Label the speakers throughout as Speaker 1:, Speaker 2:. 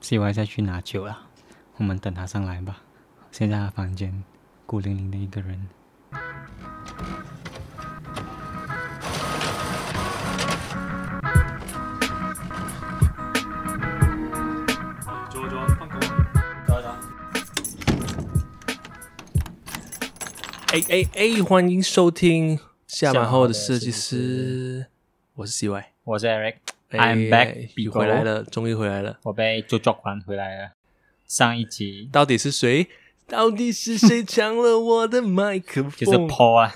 Speaker 1: C Y 再去拿酒了，我们等他上来吧。现在他房间孤零零的一个人。
Speaker 2: 做咗翻工，走走。
Speaker 3: 哎哎哎！欢迎收听下班后的设计师，我是 CY。
Speaker 2: 我是 Eric，
Speaker 3: 哎
Speaker 2: I'm back，
Speaker 3: 你
Speaker 2: people
Speaker 3: 回来了，终于回来了。
Speaker 2: 我被就抓还回来了。上一集
Speaker 3: 到底是谁？到底是谁抢了 我的麦克风？
Speaker 2: 就是 Paul 啊，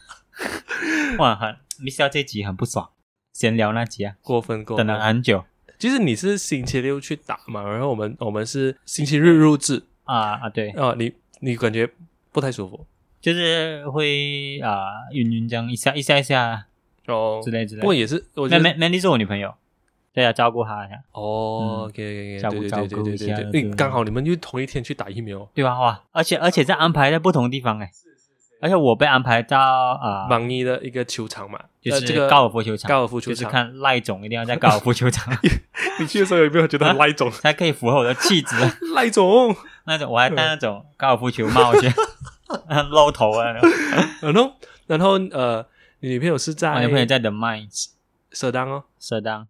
Speaker 2: 哇，很 miss 掉这集很不爽。闲聊那集啊，
Speaker 3: 过分过
Speaker 2: 等
Speaker 3: 分。
Speaker 2: 了很久
Speaker 3: 就是你是星期六去打嘛，然后我们我们是星期日录制
Speaker 2: 啊啊，对，
Speaker 3: 啊，你你感觉不太舒服
Speaker 2: 就是会啊晕晕这样一下一下一下
Speaker 3: 哦
Speaker 2: 之类之类
Speaker 3: 不过。也是，我觉
Speaker 2: 那
Speaker 3: 得
Speaker 2: Man Mandy 是我女朋友，对啊，照顾她一下，
Speaker 3: 哦，OK OK
Speaker 2: 嗯照顾
Speaker 3: OK，对
Speaker 2: 照
Speaker 3: 对对
Speaker 2: 顾
Speaker 3: 对
Speaker 2: 一下
Speaker 3: 对对，
Speaker 2: 对
Speaker 3: 因为刚好你们又同一天去打疫苗，
Speaker 2: 对吧？哇，而且而且在安排在不同地方哎，而且我被安排到啊，
Speaker 3: 榜一的一个球场嘛，
Speaker 2: 就
Speaker 3: 呃
Speaker 2: 是
Speaker 3: 这个
Speaker 2: 高尔夫球场
Speaker 3: 高尔夫球
Speaker 2: 就是
Speaker 3: 场。
Speaker 2: 看赖总一定要在高尔夫球场，
Speaker 3: 你去的时候有没有觉得很赖总？
Speaker 2: 才可以符合我的气质。
Speaker 3: 赖总，
Speaker 2: 那种我还戴那种高尔夫球帽 去，露头啊！
Speaker 3: 然后然后呃，你女朋友是在
Speaker 2: 我女朋友在 The Mines
Speaker 3: 蛇当哦。
Speaker 2: 适当，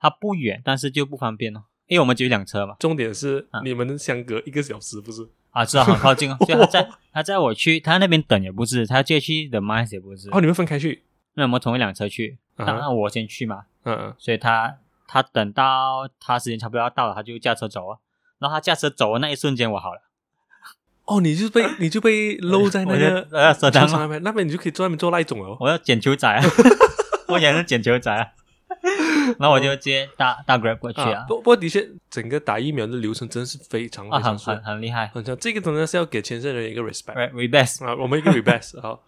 Speaker 2: 它不远，但是就不方便哦，因为我们只有一辆车嘛。
Speaker 3: 重点是
Speaker 2: 啊
Speaker 3: 你们相隔一个小时，不是？
Speaker 2: 啊，知道很靠 近哦，所以他在他在我去他那边等也不是，他接去 The Mines 也不是，
Speaker 3: 哦，你们分开去。
Speaker 2: 那我们同一辆车去，
Speaker 3: 嗯
Speaker 2: 当然我先去嘛，
Speaker 3: 嗯嗯
Speaker 2: 所以他他等到他时间差不多要到了，他就驾车走啊。然后他驾车走的那一瞬间，我好了，
Speaker 3: 哦，你就被 你就被搂在那
Speaker 2: 我就我
Speaker 3: 个
Speaker 2: 要蛇当
Speaker 3: 球场那边，那边你就可以坐那边做赖总了哦。
Speaker 2: 我要捡球 仔啊，我也是捡球仔啊。然后我就接大大 Grab 过去
Speaker 3: 啊
Speaker 2: 啊，，
Speaker 3: 不不过的确，整个打疫苗的流程真是非常
Speaker 2: 啊，
Speaker 3: 非
Speaker 2: 很
Speaker 3: 常顺
Speaker 2: 很，很厉害
Speaker 3: 很像这个真的是要给前线人一个 respect
Speaker 2: ，re rebase，
Speaker 3: 啊，我们一个 respect 啊，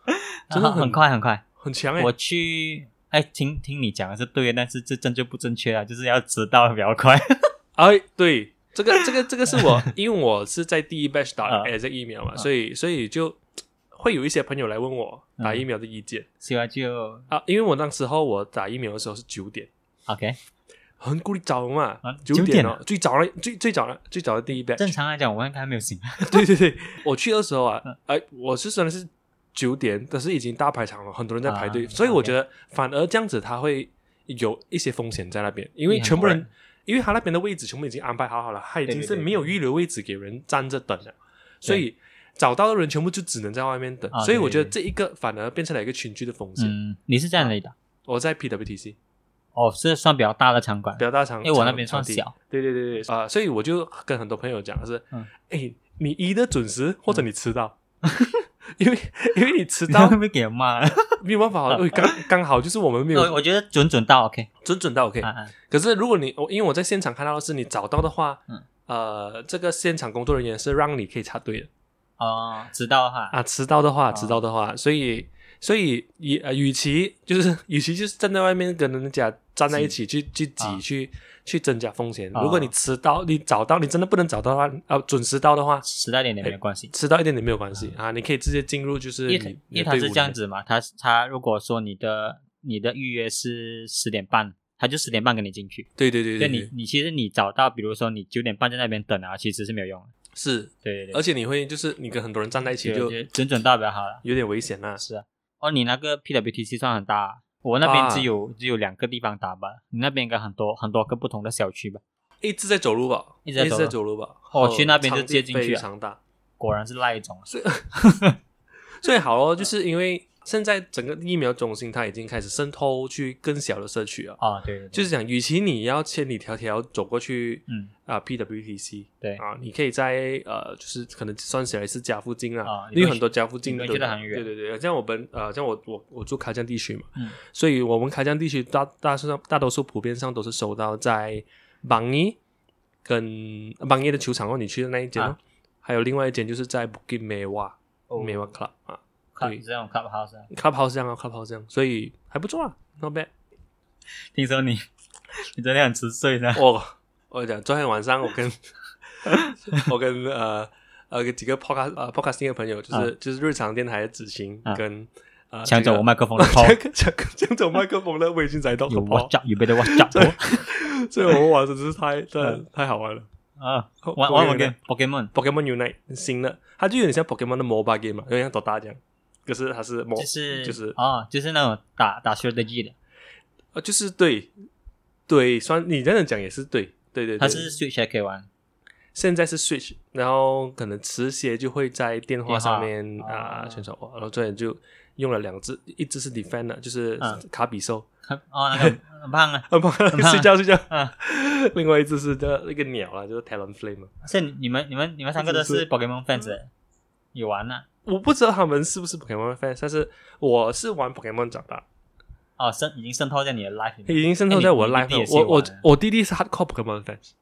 Speaker 3: 真 的
Speaker 2: 很快很快。
Speaker 3: 很强哎
Speaker 2: 我。去，哎，听听你讲的是对的，但是这正确不正确啊？就是要迟到比较快。
Speaker 3: 哎，对，这个这个这个是我，因为我是在第一 batch 打
Speaker 2: 啊
Speaker 3: AZ 疫苗嘛，所以所以就会有一些朋友来问我
Speaker 2: 嗯
Speaker 3: 打疫苗的意见
Speaker 2: 所以就
Speaker 3: 啊，因为我那时候我打疫苗的时候是九点，
Speaker 2: OK，
Speaker 3: 很古力早嘛
Speaker 2: 啊，
Speaker 3: 九
Speaker 2: 9点
Speaker 3: 哦，最早的最最早的最早的第一 batch，
Speaker 2: 正常来讲我应该没有醒。
Speaker 3: 对对对， 我去的时候
Speaker 2: 嗯
Speaker 3: 啊，哎，我是真的是九点，但是已经大排场了，很多人在排队，
Speaker 2: 啊
Speaker 3: 所以我觉得反而这样子他会有一些风险在那边，因为
Speaker 2: 也很
Speaker 3: 全部人
Speaker 2: 多人，
Speaker 3: 因为他那边的位置全部已经安排好好了，他已经
Speaker 2: 对对
Speaker 3: 是
Speaker 2: 对
Speaker 3: 没有预留位置给人站着等了，所以找到的人全部就只能在外面等，
Speaker 2: 啊
Speaker 3: 所以
Speaker 2: 对
Speaker 3: 我觉得
Speaker 2: 对
Speaker 3: 这一个反而变成了一个群居的风险。
Speaker 2: 嗯，你是在哪里打？
Speaker 3: 我在 PWTC
Speaker 2: 哦，是算比较大的场馆
Speaker 3: 比，较大场，
Speaker 2: 因为我那边算
Speaker 3: 场地
Speaker 2: 小。
Speaker 3: 对对对对啊、所以我就跟很多朋友讲是，
Speaker 2: 嗯
Speaker 3: 哎，你一的准时或者你迟到， 因为因为你迟
Speaker 2: 你会
Speaker 3: 到
Speaker 2: 不会给人骂？
Speaker 3: 没有办法，因为 刚刚好就是我们没
Speaker 2: 我
Speaker 3: 有
Speaker 2: 我觉得准准到 OK。
Speaker 3: 准准到 OK、
Speaker 2: 啊啊，
Speaker 3: 可是如果你我因为我在现场看到的是你早到的话，
Speaker 2: 嗯
Speaker 3: 呃，这个现场工作人员是让你可以插队的
Speaker 2: 哦，迟到的话，
Speaker 3: 啊，迟到的
Speaker 2: 哦
Speaker 3: 话，迟到的话，所以。所以，与呃，与其就是， 与其就是站在外面跟人家站在一起去去挤、
Speaker 2: 啊
Speaker 3: 去去增加风险。
Speaker 2: 啊
Speaker 3: 如果你迟到，你早到，你真的不能早到的话，啊，准时到的话，
Speaker 2: 迟到一点点没有关系。
Speaker 3: 迟到一点点没有关系啊，你可以直接进入就是
Speaker 2: 嗯因
Speaker 3: 你
Speaker 2: 为因
Speaker 3: 你
Speaker 2: 为
Speaker 3: 的
Speaker 2: 他
Speaker 3: 队伍
Speaker 2: 是
Speaker 3: 里
Speaker 2: 这样
Speaker 3: 面
Speaker 2: 子嘛，他他如果说你的你的预约是十点半，他就十点半跟你进去。
Speaker 3: 对对对
Speaker 2: 对
Speaker 3: 对
Speaker 2: 你
Speaker 3: 对，
Speaker 2: 你其实你找到，比如说你九点半在那边等啊，其实是没有用的。
Speaker 3: 是，
Speaker 2: 对对对，
Speaker 3: 而且你会就是你跟很多人站在一起
Speaker 2: 且
Speaker 3: 就
Speaker 2: 准准到比较好了。
Speaker 3: 有点危险啦。
Speaker 2: 是啊，哦，你那个 PWTC 算很大啊、我那边
Speaker 3: 啊
Speaker 2: 只有、只有两个地方打吧，你那边应该很多很多个不同的小区吧？
Speaker 3: 一直在走路吧，
Speaker 2: 一
Speaker 3: 一
Speaker 2: 直在走路
Speaker 3: 在走路吧，
Speaker 2: 哦
Speaker 3: 然后
Speaker 2: 去那边就
Speaker 3: 场地
Speaker 2: 接进去啊
Speaker 3: 非常大，
Speaker 2: 果然是啊那一种，
Speaker 3: 最好哦，就是因为现在整个疫苗中心它已经开始渗透去更小的社区啊，
Speaker 2: 啊、对对对，
Speaker 3: 就是讲，与其你要千里迢迢走过去
Speaker 2: 嗯
Speaker 3: 啊、PWTC，
Speaker 2: 对
Speaker 3: 啊，你可以在呃，就是可能算起来是家附近啦，
Speaker 2: 啊你
Speaker 3: 因为
Speaker 2: 会
Speaker 3: 很多家附近
Speaker 2: 你
Speaker 3: 的
Speaker 2: 会
Speaker 3: 都
Speaker 2: 觉得很远
Speaker 3: 对对对，像我们呃，像我我我住卡江地区嘛，
Speaker 2: 嗯
Speaker 3: 所以我们卡江地区大大数上大多数普遍上都是收到在榜一跟榜一的球场哦，你去的那一间、哦，
Speaker 2: 啊
Speaker 3: 还有另外一间就是在 Bukit Mewah、Mewah Club 啊
Speaker 2: club-
Speaker 3: 对
Speaker 2: 哦这种 clubhouse 啊。
Speaker 3: ，Clubhouse 这样啊，Clubhouse 这样，所以还不错啊，not bad。
Speaker 2: 听说你你昨天很迟睡呢？
Speaker 3: 我我讲昨天晚上我 跟我跟呃呃几个 podcast 呃 podcasting 的朋友，就是、就是日常电台的子晴
Speaker 2: 啊
Speaker 3: 跟呃
Speaker 2: 抢走我麦克风的
Speaker 3: 这
Speaker 2: 包，
Speaker 3: 个抢抢抢走麦克风的微醺仔都
Speaker 2: 有
Speaker 3: 包
Speaker 2: 哦 watch，up，有别的 watch up，
Speaker 3: 所以我们玩真是太太太好玩了。
Speaker 2: 啊，
Speaker 3: 后
Speaker 2: 嗯玩玩 Pokemon Pokemon
Speaker 3: Pokemon Unite 新的，它就有点像 Pokemon 的 MOBA game 嘛，有点像 DOTA 这样，可是它是 MO
Speaker 2: 就是
Speaker 3: 就是
Speaker 2: 哦，就是那种打打 strategy 的，
Speaker 3: 呃就是对对，算你这样讲也是对对对对，
Speaker 2: 它是 Switch 还可以玩。
Speaker 3: 现在是 Switch，然后可能迟些就会在电话上面
Speaker 2: 电话
Speaker 3: 啊
Speaker 2: 哦
Speaker 3: 选手，然后这里就用了两只，一只是 Defender，就是
Speaker 2: 嗯
Speaker 3: 卡比兽，
Speaker 2: 哦，那个很棒啊！
Speaker 3: 啊不，睡觉睡觉
Speaker 2: 嗯，
Speaker 3: 另外一只是叫那个鸟啦，就是 Talonflame 啊嘛。
Speaker 2: 是你们、你们、你们三个都
Speaker 3: 就是
Speaker 2: 是 Pokemon fans，欸你玩啊了
Speaker 3: 我不知道他们是不是 Pokemon fans，但是我是玩 Pokemon 长大，
Speaker 2: 哦，渗已经渗透在你的 life 里面。
Speaker 3: 已经渗透在我的
Speaker 2: 哎
Speaker 3: life
Speaker 2: 你你弟弟。也
Speaker 3: 了
Speaker 2: 是
Speaker 3: 我我
Speaker 2: 玩啊
Speaker 3: 我弟弟是 hardcore Pokemon fans，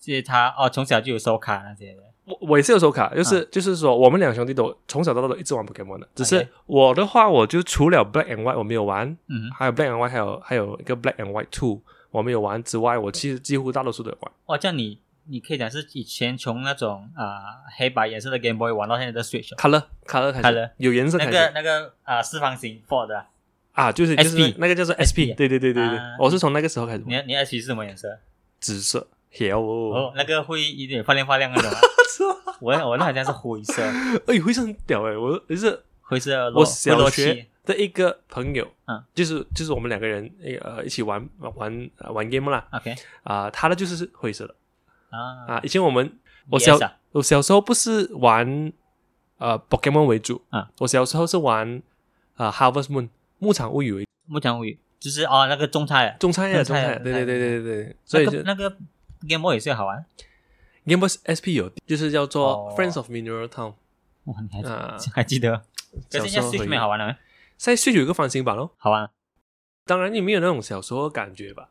Speaker 2: 就是他哦，从小就有收卡那些的。
Speaker 3: 我我也是有手卡，就是、就是说我们两兄弟都从小到大都一直玩 Pokemon 的，只
Speaker 2: 嗯
Speaker 3: 是
Speaker 2: OK
Speaker 3: 我的话，我就除了 Black and White 我没有玩，
Speaker 2: 嗯，
Speaker 3: 还有 Black and White 还有还有一个 Black and White Two 我没有玩之外，我其实几乎大多数都有玩。
Speaker 2: 哇，哦这样你你可以讲是以前从那种啊、黑白颜色的 Game Boy 玩到现在的 Switch，哦
Speaker 3: Color Color 开始
Speaker 2: Color
Speaker 3: 有颜色
Speaker 2: 那
Speaker 3: 开
Speaker 2: 个
Speaker 3: 始
Speaker 2: 那个啊、四方形 Fold 的啊，
Speaker 3: 啊，就是就是那
Speaker 2: SP
Speaker 3: 那个叫做 SP，对对对对对
Speaker 2: 啊，
Speaker 3: 我是从那个时候开始玩
Speaker 2: 你的你 S P 是什么颜色？
Speaker 3: 紫色。有
Speaker 2: 哦，那个会一点发亮发亮那种 啊。我我那好像是灰色，
Speaker 3: 哎，会是很屌哎、我就是
Speaker 2: 灰色落
Speaker 3: 我
Speaker 2: 会
Speaker 3: 小
Speaker 2: 落
Speaker 3: 学
Speaker 2: 漆
Speaker 3: 的一个朋友，
Speaker 2: 嗯，
Speaker 3: 就是就是我们两个人呃一起玩玩呃玩 game 啦，
Speaker 2: OK
Speaker 3: 啊、他的就是灰色的
Speaker 2: 啊
Speaker 3: 啊。以前我们我小
Speaker 2: DS 啊
Speaker 3: 我小时候不是玩呃 Pokemon 为主
Speaker 2: 啊，
Speaker 3: 我小时候是玩啊、呃 Harvest Moon 牧场物语为主
Speaker 2: 牧场物语就是哦那个种菜啊，
Speaker 3: 中餐呀中
Speaker 2: 中
Speaker 3: 餐
Speaker 2: 餐
Speaker 3: 呀，
Speaker 2: 中
Speaker 3: 对
Speaker 2: 餐
Speaker 3: 对对对对对，所以
Speaker 2: 那
Speaker 3: 就
Speaker 2: 个那个 Game Boy 也是好玩。
Speaker 3: Game Boy SP 有就是叫做
Speaker 2: 哦
Speaker 3: Friends of Mineral Town
Speaker 2: 哇，你还记、
Speaker 3: 啊，
Speaker 2: 还记得？可
Speaker 3: 小
Speaker 2: 是
Speaker 3: 时
Speaker 2: 现在
Speaker 3: 候
Speaker 2: Switch
Speaker 3: 回忆
Speaker 2: 没好玩了没？
Speaker 3: 现在 Switch 有一个翻新版咯，
Speaker 2: 好玩，
Speaker 3: 当然你没有那种小时候的感觉吧。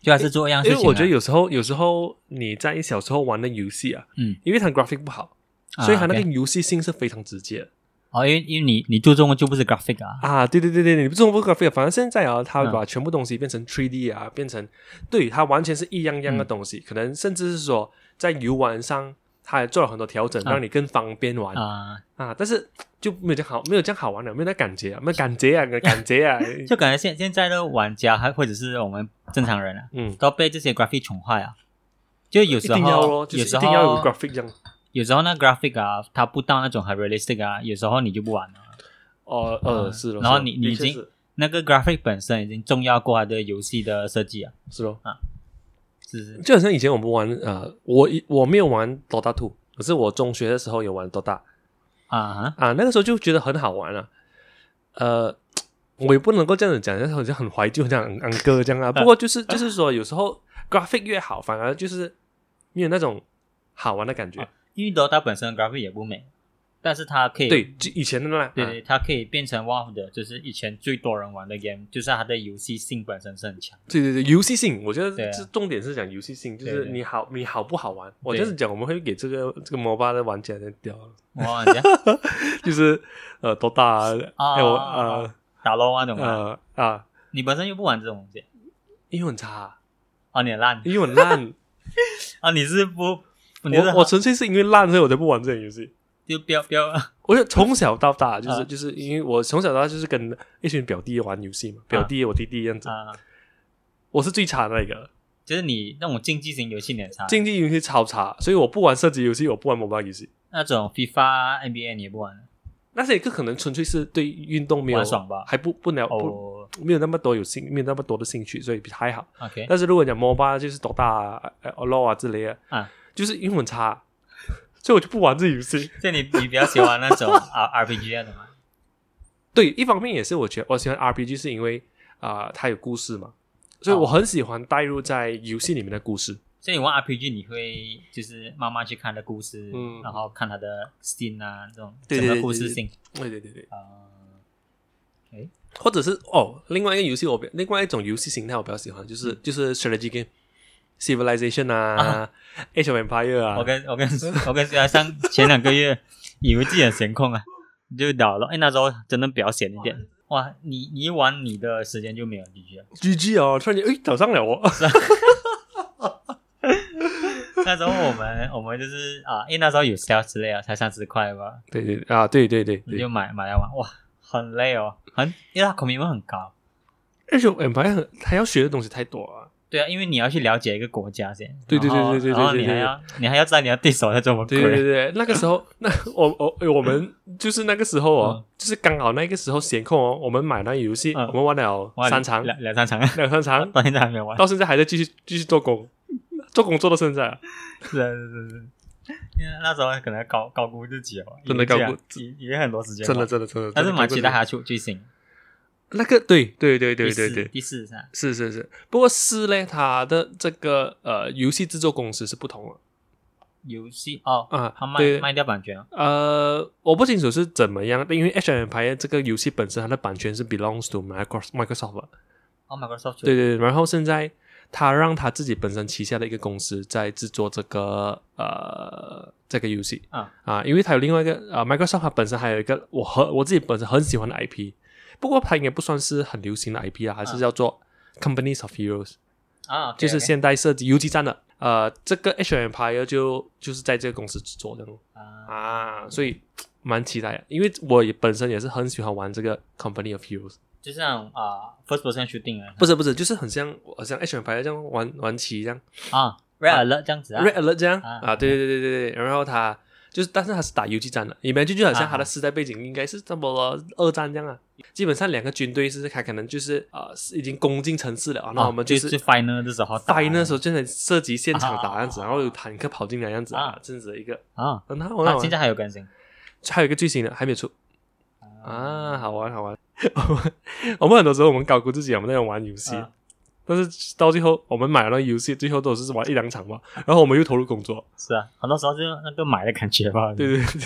Speaker 2: 就还是做一样事
Speaker 3: 因
Speaker 2: 情
Speaker 3: 为
Speaker 2: 啊。
Speaker 3: 我觉得有时候，有时候你在小时候玩的游戏啊，
Speaker 2: 嗯，
Speaker 3: 因为它 graphic 不好，
Speaker 2: 啊
Speaker 3: 所以它那个
Speaker 2: OK
Speaker 3: 游戏性是非常直接的
Speaker 2: 哦，因为因为你你注重的就不是 graphic 啊，
Speaker 3: 啊。对对对对，你不中不 graphic，反正现在啊，它
Speaker 2: 嗯
Speaker 3: 把全部东西变成 3D 啊，变成对它完全是一样样
Speaker 2: 嗯
Speaker 3: 的东西，可能甚至是说在游玩上，它也做了很多调整，
Speaker 2: 啊
Speaker 3: 让你更方便玩啊
Speaker 2: 啊、
Speaker 3: 但是就没有这样好，没有这样好玩了，没有那感觉啊，没有感觉啊，感觉啊，
Speaker 2: 就感觉现现在的玩家还或者是我们正常人啊，
Speaker 3: 嗯，
Speaker 2: 都被这些 graphic 宠坏啊。就有
Speaker 3: 一
Speaker 2: 时候
Speaker 3: 定要咯，就是
Speaker 2: 有时
Speaker 3: 一
Speaker 2: 候
Speaker 3: 定要有 graphic 这样。
Speaker 2: 有时候那 graphic 啊，它不到那种很 realistic 啊，有时候你就不玩了。
Speaker 3: 哦，呃，
Speaker 2: 嗯
Speaker 3: 是咯，
Speaker 2: 然后
Speaker 3: 是咯
Speaker 2: 你
Speaker 3: 的
Speaker 2: 你已
Speaker 3: 确
Speaker 2: 经
Speaker 3: 是
Speaker 2: 那个 graphic 本身已经重要过它的游戏的设计啊，
Speaker 3: 是咯。
Speaker 2: 是是
Speaker 3: 就好像以前我们玩呃，我一我没有玩 Dota Two，可是我中学的时候有玩 Dota
Speaker 2: 啊哈
Speaker 3: 啊，那个时候就觉得很好玩啊。呃，我也不能够这样子讲，就是好像很怀旧，这样昂哥这 样啊。不过就是就是说，有时候 graphic 越好，反而就是没有那种好玩的感觉。
Speaker 2: 因为 Dota 本身 graphic 也不美，但是它可以
Speaker 3: 对，就以前的那
Speaker 2: 对
Speaker 3: 啊
Speaker 2: 对，它可以变成 WoW 的，就是以前最多人玩的 game，就是它的游戏性本身是很强。
Speaker 3: 对对对，游戏性，我觉得
Speaker 2: 对啊
Speaker 3: 这重点是讲游戏性，就
Speaker 2: 对
Speaker 3: 是
Speaker 2: 对
Speaker 3: 你好你好不好玩。我
Speaker 2: 对
Speaker 3: 就是讲我们会给这个这个 MOBA 的玩家在屌，
Speaker 2: 哇， 你这样
Speaker 3: 就是呃 Dota 啊，
Speaker 2: 啊
Speaker 3: 还有呃
Speaker 2: 打 LO 那种啊，
Speaker 3: 呃啊，
Speaker 2: 你本身又不玩这种东西，
Speaker 3: 英文差啊。
Speaker 2: 哦，你很烂
Speaker 3: 因为我烂，
Speaker 2: 哦，你是不， 你是
Speaker 3: 我我纯粹是因为烂，所以我才不玩这种游戏。
Speaker 2: 就不要不要，
Speaker 3: 我就从小到大就是、
Speaker 2: 啊
Speaker 3: 就是因为我从小到大就是跟一群表弟玩游戏嘛，表弟我弟弟这样子，
Speaker 2: 啊，
Speaker 3: 我是最差的那个，
Speaker 2: 就是你那种竞技型游戏你很差，
Speaker 3: 竞技游戏超差，所以我不玩射击游戏，我不玩 MOBA 游戏。
Speaker 2: 那种 FIFA、NBA 你也不玩，
Speaker 3: 但是也可能纯粹是对运动没有
Speaker 2: 玩爽吧
Speaker 3: 还不不了不、
Speaker 2: 哦
Speaker 3: 没有那么多有兴，没有那么多的兴趣，所以还好。
Speaker 2: ，OK，
Speaker 3: 但是如果讲 MOBA 就是 DOTA 啊、呃 LO 啊之类的，
Speaker 2: 啊，
Speaker 3: 就是英文差， 所以我就不玩这游戏。
Speaker 2: 所以你你比较喜欢那种 R RPG 那种吗？
Speaker 3: 对，一方面也是我觉得我喜欢 RPG 是因为啊、呃它有故事嘛，所以
Speaker 2: 啊
Speaker 3: 我很喜欢带入在游戏里面的故事。
Speaker 2: 所以你玩 RPG 你会就是慢慢去看的故事，
Speaker 3: 嗯
Speaker 2: 然后看它的 scene 啊这种
Speaker 3: 对
Speaker 2: 整
Speaker 3: 对
Speaker 2: 个
Speaker 3: 对
Speaker 2: 故
Speaker 3: 对
Speaker 2: 事
Speaker 3: 对
Speaker 2: 性
Speaker 3: 对对对对，
Speaker 2: 啊，
Speaker 3: 或者是哦，另外一个游戏我比另外一种游戏形态我比较喜欢，就是、就是 strategy game。Civilization 嗯啊
Speaker 2: 啊
Speaker 3: ，Age of Empire 啊
Speaker 2: 我，跟我跟我跟学上前两个月以为自己很闲空啊， 就倒了。哎，那时候真的比较闲一点。哇，你你一玩你的时间就没有进去了。
Speaker 3: GG 哦，突然间诶找上了 我，
Speaker 2: 那时候我们 我们就是啊，因为那时候有 sale 之类啊，才三十块吧，
Speaker 3: 对对啊，对对对
Speaker 2: 你
Speaker 3: 对
Speaker 2: 就买买来玩。哇，很累哦，很因为它 commitment 很高。
Speaker 3: ，Age of Empire 很他要学的东西太多啊，
Speaker 2: 对啊，因为你要去了解一个国家先，
Speaker 3: 对对对
Speaker 2: 然后
Speaker 3: 对对对
Speaker 2: 然后
Speaker 3: 对
Speaker 2: 你
Speaker 3: 对
Speaker 2: 还要你还要知道你的对手在做什么
Speaker 3: 对对
Speaker 2: 鬼，
Speaker 3: 对，那个时候， 那我我我 们就是那个时候哦，就是刚好那个时候闲空哦，我们买那个游戏，
Speaker 2: 嗯
Speaker 3: 我们玩了
Speaker 2: 哇
Speaker 3: 三场，
Speaker 2: 两两三场，
Speaker 3: 两三场，
Speaker 2: 到现在还没有玩，
Speaker 3: 到现在还在继续继续做工，做工做到现在啊，
Speaker 2: 是啊 是是是，因为那时候可能高高估自己哦，
Speaker 3: 真的高估
Speaker 2: 以为这样，也很多时间玩，
Speaker 3: 真的真的真的。
Speaker 2: 但是
Speaker 3: 蛮
Speaker 2: 马奇他还要去追星，
Speaker 3: 那个对对对对
Speaker 2: 第
Speaker 3: 对
Speaker 2: 四
Speaker 3: 对，
Speaker 2: 第四是啊吧？
Speaker 3: 是是是。不过四嘞，它的这个呃游戏制作公司是不同的
Speaker 2: 游戏哦，
Speaker 3: 啊
Speaker 2: 他，卖
Speaker 3: 对
Speaker 2: 卖掉版权哦，
Speaker 3: 呃，我不清楚是怎么样，因为《H M 牌》这个游戏本身它的版权是 belongs to Microsoft Microsoft 的
Speaker 2: 哦 Microsoft
Speaker 3: 对对对，然后现在他让他自己本身旗下的一个公司在制作这个呃这个游戏
Speaker 2: 啊
Speaker 3: 啊，因为他有另外一个啊、呃、Microsoft 它本身还有一个我和我自己本身很喜欢的 IP，不过它应该不算是很流行的 IP 啊，还是
Speaker 2: 啊
Speaker 3: 叫做 Companies of Heroes，、
Speaker 2: 啊，OK，OK，
Speaker 3: 就是现代设计游击战的。呃，这个 H M Empire 就就是在这个公司制作的咯
Speaker 2: 啊
Speaker 3: 啊，所以蛮期待的，因为我也本身也是很喜欢玩这个 Company of Heroes。
Speaker 2: 就是那种啊 first person shooting 啊，
Speaker 3: 不是不是，就是很像好像 H M Empire 这样玩玩棋这样。
Speaker 2: 啊 red alert 这样子啊
Speaker 3: Red Alert 这样
Speaker 2: 啊
Speaker 3: 啊，对对对对对，然后他就是，但是他是打游击战的，你们就就好像
Speaker 2: 啊
Speaker 3: 他的时代背景应该是差不多二战这样啊。基本上两个军队是他可能就是啊、呃是已经攻进城市了，啊那我们
Speaker 2: 哦就
Speaker 3: 就是
Speaker 2: 是 final 的时候打
Speaker 3: final 的时候就能射击现场打这样子，
Speaker 2: 啊
Speaker 3: 然后有坦克跑进来这样子啊
Speaker 2: 啊，
Speaker 3: 这样子的一个
Speaker 2: 啊，
Speaker 3: 很好
Speaker 2: 啊
Speaker 3: 玩。
Speaker 2: 现在还有更新
Speaker 3: 还有一个最新的还没有出啊，好玩好玩。 我们很多时候我们高估自己，我们在那玩游戏。
Speaker 2: 啊
Speaker 3: 但是到最后，我们买了那个游戏，最后都是玩一两场嘛，然后我们又投入工作，
Speaker 2: 是啊，很多时候就是那个买的感觉吧，
Speaker 3: 对对对，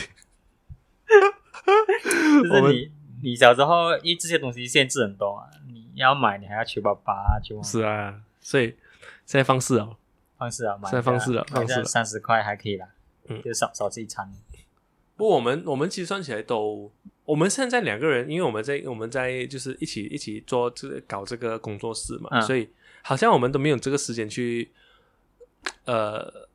Speaker 2: 就
Speaker 3: 我
Speaker 2: 是
Speaker 3: 们
Speaker 2: 你你小时候因为这些东西限制很多啊，你要买你还要去爸爸去问
Speaker 3: 是啊，所以现在放肆哦，
Speaker 2: 放肆啊，买
Speaker 3: 现在放肆了放肆了
Speaker 2: 三十块还可以啦，
Speaker 3: 嗯
Speaker 2: 就少少吃一餐
Speaker 3: 不过我们我们其实算起来都，我们现在两个人，因为我们在我们在就是一起一起做这个搞这个工作室嘛，
Speaker 2: 嗯
Speaker 3: 所以好像我们都没有这个时间去呃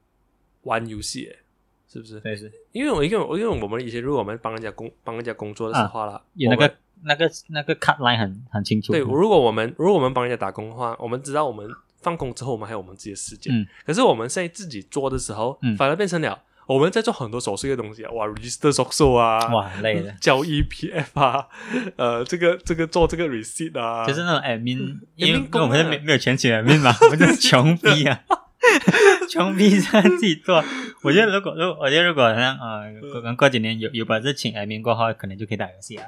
Speaker 3: 玩游戏耶，是不是？
Speaker 2: 对是
Speaker 3: 因为我因为我因为我们以前如果我们帮人家工帮人家工作的话啦，
Speaker 2: 有
Speaker 3: 我
Speaker 2: 那
Speaker 3: 们
Speaker 2: 个那个那个 cut line 很很清楚，
Speaker 3: 对，如果我们如果我们帮人家打工的话，我们知道我们放工之后我们还有我们自己的时间。
Speaker 2: 嗯
Speaker 3: 可是我们现在自己做的时候，
Speaker 2: 嗯
Speaker 3: 反而变成了我们在做很多琐碎的东西啊，哇，register 手术啊，
Speaker 2: 哇很累的，
Speaker 3: 交 EPF 啊， 呃，这个这个做这个 receipt 啊，
Speaker 2: 就是那种 admin，因为
Speaker 3: admin 工啊
Speaker 2: 我们是没没有钱请 admin 嘛，我们就是穷逼啊， 穷逼在自己做。我觉得如果如果我觉得如果好像呃，过过几年有有本事请 admin 过后，可能就可以打游戏啊。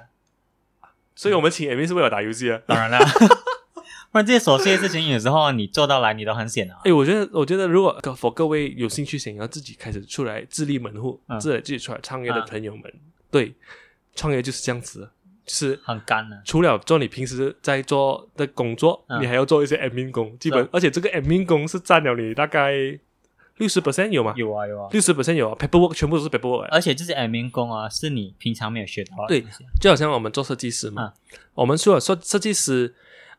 Speaker 3: 所以我们请 admin 是为了打游戏啊。
Speaker 2: 当然 啦，不然这些琐碎的事情有时候你做到来你都很险啊。
Speaker 3: 哎，我觉得，我觉得，如果各 for 各位有兴趣想要自己开始出来自立门户、
Speaker 2: 嗯
Speaker 3: 自己自己出来创业的
Speaker 2: 嗯
Speaker 3: 朋友们，对，创业就是这样子的，就是
Speaker 2: 很干啊的，
Speaker 3: 除了做你平时在做的工作，
Speaker 2: 嗯
Speaker 3: 你还要做一些 admin 工，基本
Speaker 2: 是啊
Speaker 3: 而且这个 admin 工是占了你大概六十 percent 有吗？
Speaker 2: 有呃啊有啊，
Speaker 3: 六十 percent 有啊，paperwork 全部都是 paperwork 啊。
Speaker 2: 而且这些 admin 工啊，是你平常没有学到的
Speaker 3: 对
Speaker 2: 东西，啊
Speaker 3: 就好像我们做设计师嘛，
Speaker 2: 嗯
Speaker 3: 我们说设设计师，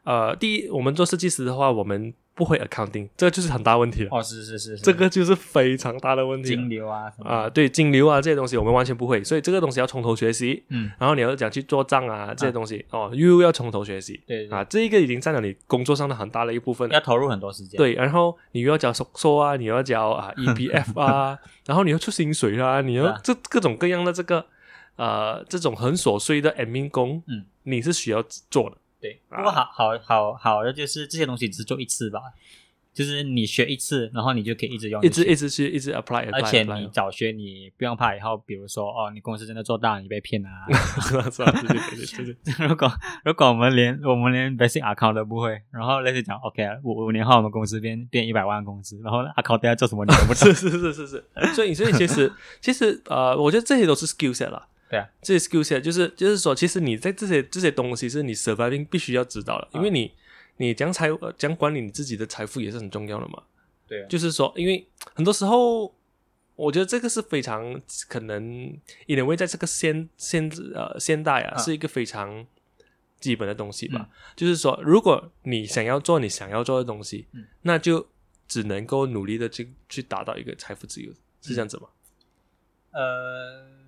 Speaker 3: 呃，第一，我们做设计师的话，我们不会 accounting，这个就是很大问题了，
Speaker 2: 哦是是是是，
Speaker 3: 这个就是非常大的问题了
Speaker 2: 金流啊什么
Speaker 3: 啊、对，金流啊这些东西我们完全不会，所以这个东西要从头学习。
Speaker 2: 嗯
Speaker 3: 然后你要讲去做账啊这些东西、哦，又要从头学习。
Speaker 2: 对对对
Speaker 3: 啊，这一个已经占了你工作上的很大的一部分了
Speaker 2: 要。投入很多时间，
Speaker 3: 对，然后你又要交收收啊，你又要 交啊 EPF 啊，然后你要出薪水啊，你要、
Speaker 2: 啊
Speaker 3: 这各种各样的这个呃这种很琐碎的 admin 工，
Speaker 2: 嗯，
Speaker 3: 你是需要做的。
Speaker 2: 对，
Speaker 3: 啊
Speaker 2: 不过好好好好的就是这些东西只是做一次吧，就是你学一次，然后你就可以一直用，
Speaker 3: 一直一直去一直 apply，, apply
Speaker 2: 而且
Speaker 3: apply
Speaker 2: 你早学，你不用怕以后，比如说哦，你公司真的做大，你被骗啊。
Speaker 3: 是吧是吧？对对对对对，
Speaker 2: 如果如果我们连我们连 basic account 都不会，然后类似讲 OK，五五年后我们公司变变一百万公司，然后 account 要做什么你都不知道
Speaker 3: 是。是是是是。所以所以其实其实呃，我觉得这些都是 skill set 啦。
Speaker 2: 对啊，
Speaker 3: 这些 skill set 就是就是说，其实你在这些这些东西是你 surviving 必须要知道的，因
Speaker 2: 啊
Speaker 3: 为你你讲财呃讲管理你自己的财富也是很重要的嘛。
Speaker 2: 对啊，
Speaker 3: 就是说，因为很多时候，我觉得这个是非常可能，因为在这个现现呃现代啊，
Speaker 2: 啊
Speaker 3: 是一个非常基本的东西吧。就是说，如果你想要做你想要做的东西，
Speaker 2: 嗯
Speaker 3: 那就只能够努力的去去达到一个财富自由，是这样子吗？
Speaker 2: 呃，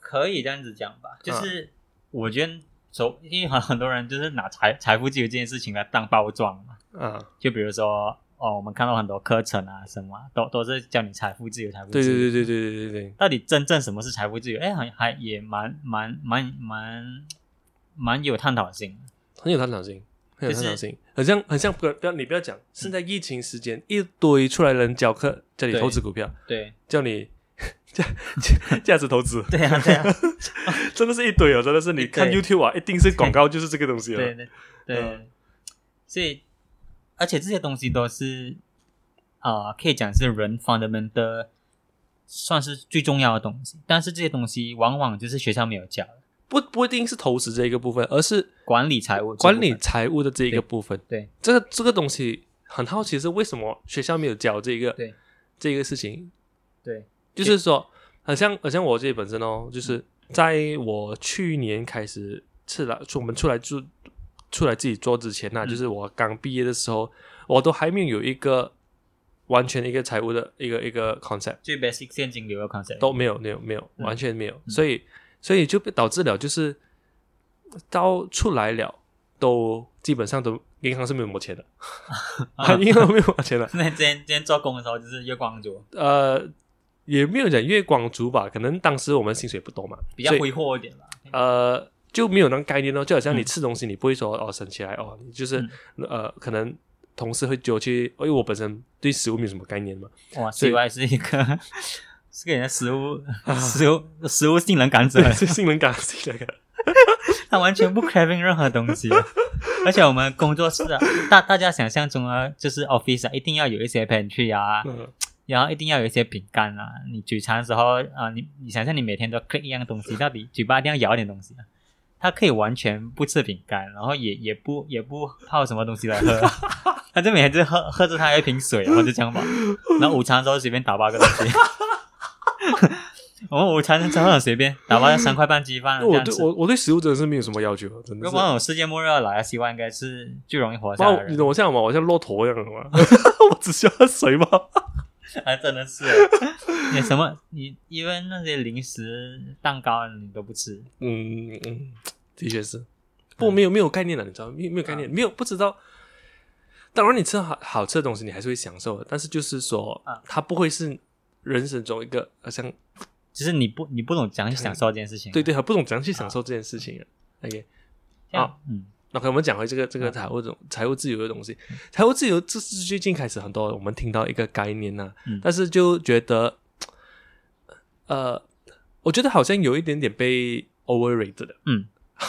Speaker 2: 可以这样子讲吧，
Speaker 3: 嗯
Speaker 2: 就是我觉得首，因为很很多人就是拿财财富自由这件事情来当包装嘛，
Speaker 3: 啊，
Speaker 2: 就比如说哦，我们看到很多课程啊什么啊，都都是教你财富自由，财富自
Speaker 3: 对
Speaker 2: 由。
Speaker 3: 对对对对对对对，
Speaker 2: 到底真正什么是财富自由？哎，还还也蛮蛮蛮蛮蛮有探讨性的。
Speaker 3: 很有探讨性，很有
Speaker 2: 就
Speaker 3: 探
Speaker 2: 是
Speaker 3: 讨性，很像很像不要不要你不要
Speaker 2: 嗯
Speaker 3: 讲，现在疫情时间一堆出来人教课，叫你
Speaker 2: 对
Speaker 3: 投资股票，
Speaker 2: 对
Speaker 3: 叫你 价价价值投资，
Speaker 2: 对啊对啊
Speaker 3: 真的是一堆哦，真的是你看
Speaker 2: 对
Speaker 3: YouTube 啊，一定是广告就是这个东西啊
Speaker 2: 对
Speaker 3: 了，
Speaker 2: 对对，
Speaker 3: 嗯
Speaker 2: 所以而且这些东西都是啊、可以讲是人 fundamental 算是最重要的东西，但是这些东西往往就是学校没有教的
Speaker 3: 不不一定是投资这一个部分，而是
Speaker 2: 管理财务这
Speaker 3: 管
Speaker 2: 部
Speaker 3: 理
Speaker 2: 分
Speaker 3: 财务的这一个部分。
Speaker 2: 对
Speaker 3: 这个这个东西很好奇是为什么学校没有教这个
Speaker 2: 对
Speaker 3: 这个事情，
Speaker 2: 对
Speaker 3: 就是说，很像很像我自己本身哦，就是在我去年开始出来，出我们出来住出来自己做之前呐、啊
Speaker 2: 嗯
Speaker 3: 就是我刚毕业的时候，我都还没有有一个完全一个财务的一个一个 concept。
Speaker 2: 最 basic 现金流的 concept
Speaker 3: 都没有，没有，没有，完全没有，
Speaker 2: 嗯
Speaker 3: 所以，所以就被导致了，就是到出来了，都基本上都银行是没有什么 钱的，银行没有什么钱的，
Speaker 2: 那今天今天做工的时候就是月光族，
Speaker 3: 呃，也没有讲月光族吧，可能当时我们薪水不多嘛，
Speaker 2: 比较
Speaker 3: 所以
Speaker 2: 挥霍一点吧。
Speaker 3: 呃，就没有那个概念咯，就好
Speaker 2: 嗯
Speaker 3: 像你吃东西，你不会说哦省起来哦，你就是、呃，可能同事会揪去，因为我本身对食物没有什么概念嘛，
Speaker 2: 哇
Speaker 3: 所以
Speaker 2: ，CY 是一个 是给人家食物食物食物性能感者，
Speaker 3: 是性能感性能感，
Speaker 2: 他完全不 craving 任何东西，而且我们工作室啊，大大家想象中啊，就是 office 啊，一定要有一些 pantry 啊，
Speaker 3: 嗯
Speaker 2: 然后一定要有一些饼干啊。你聚餐的时候啊、你你想象你每天都 click 一样东西，到底嘴巴一定要咬一点东西啊。他可以完全不吃饼干，然后也也不也不泡什么东西来 喝，他就每天就喝喝着他一瓶水，然后就这样吧。然后午餐的时候随便打包个东 西，我们午餐真的很随便，打包三块半鸡饭啊这
Speaker 3: 我
Speaker 2: 样
Speaker 3: 对
Speaker 2: 吃。
Speaker 3: 我我对食物真的是没有什么要求，真的
Speaker 2: 如
Speaker 3: 是
Speaker 2: 果。那种世界末日要来的希望，应该是最容易活下
Speaker 3: 妈
Speaker 2: 来的，
Speaker 3: 你
Speaker 2: 人。
Speaker 3: 懂我像什么？我像骆驼一样的吗？ 我只需要水吗？
Speaker 2: 啊，真的是，你什么你因为那些零食、蛋糕你都不吃，
Speaker 3: 嗯嗯，的确是，不没有没有概念了，你知道吗没有没有概念，没有不知道。当然，你吃好好吃的东西，你还是会享受的，但是就是说
Speaker 2: 啊，
Speaker 3: 它不会是人生中一个好像
Speaker 2: 就是你不你不懂怎样去享受这件事情、
Speaker 3: 对，对，很不懂怎样去享受这件事情啊。OK，
Speaker 2: 啊，嗯，
Speaker 3: 那可我们讲回这个这个财务总财务自由的东西，财务自由这是最近开始很多我们听到一个概念呐、
Speaker 2: 嗯
Speaker 3: 但是就觉得，呃，我觉得好像有一点点被 overrated 的，
Speaker 2: 嗯，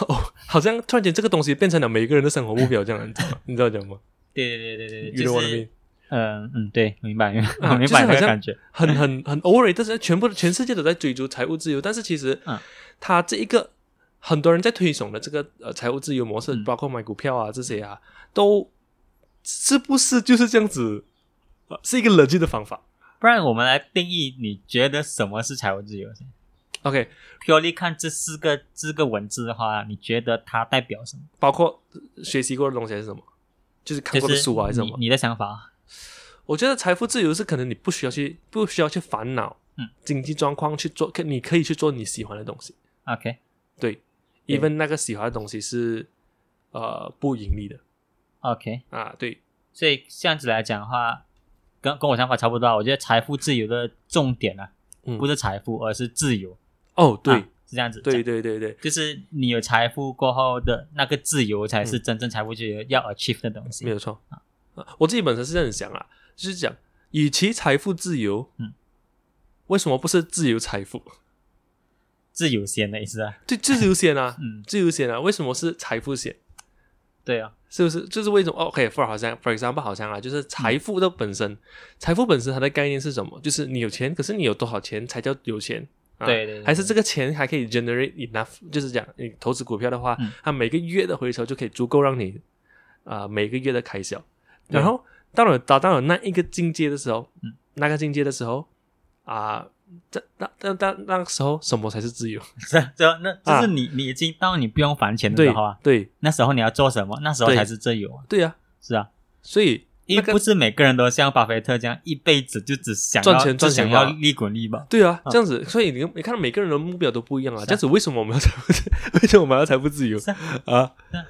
Speaker 3: 哦， 好像突然间这个东西变成了每一个人的生活目标这样，你知道吗？你知道讲吗
Speaker 2: 对对对对对，
Speaker 3: ？You
Speaker 2: 就
Speaker 3: know what I
Speaker 2: 是
Speaker 3: mean？
Speaker 2: 嗯、嗯，对，明白明白，
Speaker 3: 啊
Speaker 2: 我 明
Speaker 3: 就是
Speaker 2: 白
Speaker 3: 好
Speaker 2: 那个
Speaker 3: 像
Speaker 2: 感觉，
Speaker 3: 很很很 overrated，但是全部全世界都在追逐财务自由，但是其实，
Speaker 2: 嗯
Speaker 3: 它这一个很多人在推崇的这个呃财务自由模式，
Speaker 2: 嗯
Speaker 3: 包括买股票啊这些啊，都是不是就是这样子？呃是一个冷静的方法。
Speaker 2: 不然我们来定义你觉得什么是财务自由先
Speaker 3: OK，
Speaker 2: ？purely 看这四个这个文字的话，你觉得它代表什么？
Speaker 3: 包括呃学习过的东西还是什么，就是看
Speaker 2: 就
Speaker 3: 过的
Speaker 2: 是
Speaker 3: 书啊还是什
Speaker 2: 你
Speaker 3: 么。
Speaker 2: 你的想法，
Speaker 3: 我觉得财富自由是可能你不需要去不需要去烦恼，
Speaker 2: 嗯，
Speaker 3: 经济状况去做，可你可以去做你喜欢的东西。
Speaker 2: ，OK，
Speaker 3: 对
Speaker 2: 对
Speaker 3: ，even 那个喜欢的东西是呃不盈利的
Speaker 2: OK，
Speaker 3: 啊，对，
Speaker 2: 所以这样子来讲的话，跟跟我想法差不多啊。我觉得财富自由的重点呢、
Speaker 3: 嗯
Speaker 2: 不是财富，而是自由。
Speaker 3: 哦，对，
Speaker 2: 啊是这样子。
Speaker 3: 对，对，对，对，
Speaker 2: 就是你有财富过后的那个自由，才是真正财富自由要 achieve 的东西。
Speaker 3: 嗯没有错。啊我自己本身是这样想啊，就是讲，与其财富自由，
Speaker 2: 嗯，
Speaker 3: 为什么不是自由财富？
Speaker 2: 自由先的意思啊。，
Speaker 3: 对，自由险啊
Speaker 2: 嗯，
Speaker 3: 自由险啊，为什么是财富险？
Speaker 2: 对 啊，
Speaker 3: 是不是？就是为什么哦？OK，for、好像，for example 好像啊，
Speaker 2: 嗯
Speaker 3: 就是财富的本身，财富本身它的概念是什么？就是你有钱，可是你有多少钱才叫有钱？啊、
Speaker 2: 对对对
Speaker 3: 还是这个钱还可以 generate enough，就是讲你投资股票的话，
Speaker 2: 嗯
Speaker 3: 它每个月的回酬就可以足够让你啊、每个月的开销。
Speaker 2: 对
Speaker 3: 然后到了达到了那一个境界的时候，
Speaker 2: 嗯
Speaker 3: 那个境界的时候啊，这那那那那时候什么才是自由？
Speaker 2: 这这那就
Speaker 3: 啊
Speaker 2: 是你、你已经到你不用还钱的
Speaker 3: 对
Speaker 2: 时候啊，
Speaker 3: 对
Speaker 2: 那时候你要做什么？那时候
Speaker 3: 对
Speaker 2: 才是自由啊，
Speaker 3: 对啊，
Speaker 2: 是啊。
Speaker 3: 所以
Speaker 2: 因
Speaker 3: 那
Speaker 2: 为
Speaker 3: 个
Speaker 2: 不是每个人都像巴菲特这样一辈子就只想要
Speaker 3: 赚钱赚
Speaker 2: 只想
Speaker 3: 钱
Speaker 2: 要
Speaker 3: 吧
Speaker 2: 利滚利吧。
Speaker 3: 对啊，这样子，所以你你看到每个人的目标都不一样啊，
Speaker 2: 嗯是啊
Speaker 3: 这样子为什么我们要财富？为什么我们要财富自由
Speaker 2: 是啊
Speaker 3: 啊
Speaker 2: 是啊？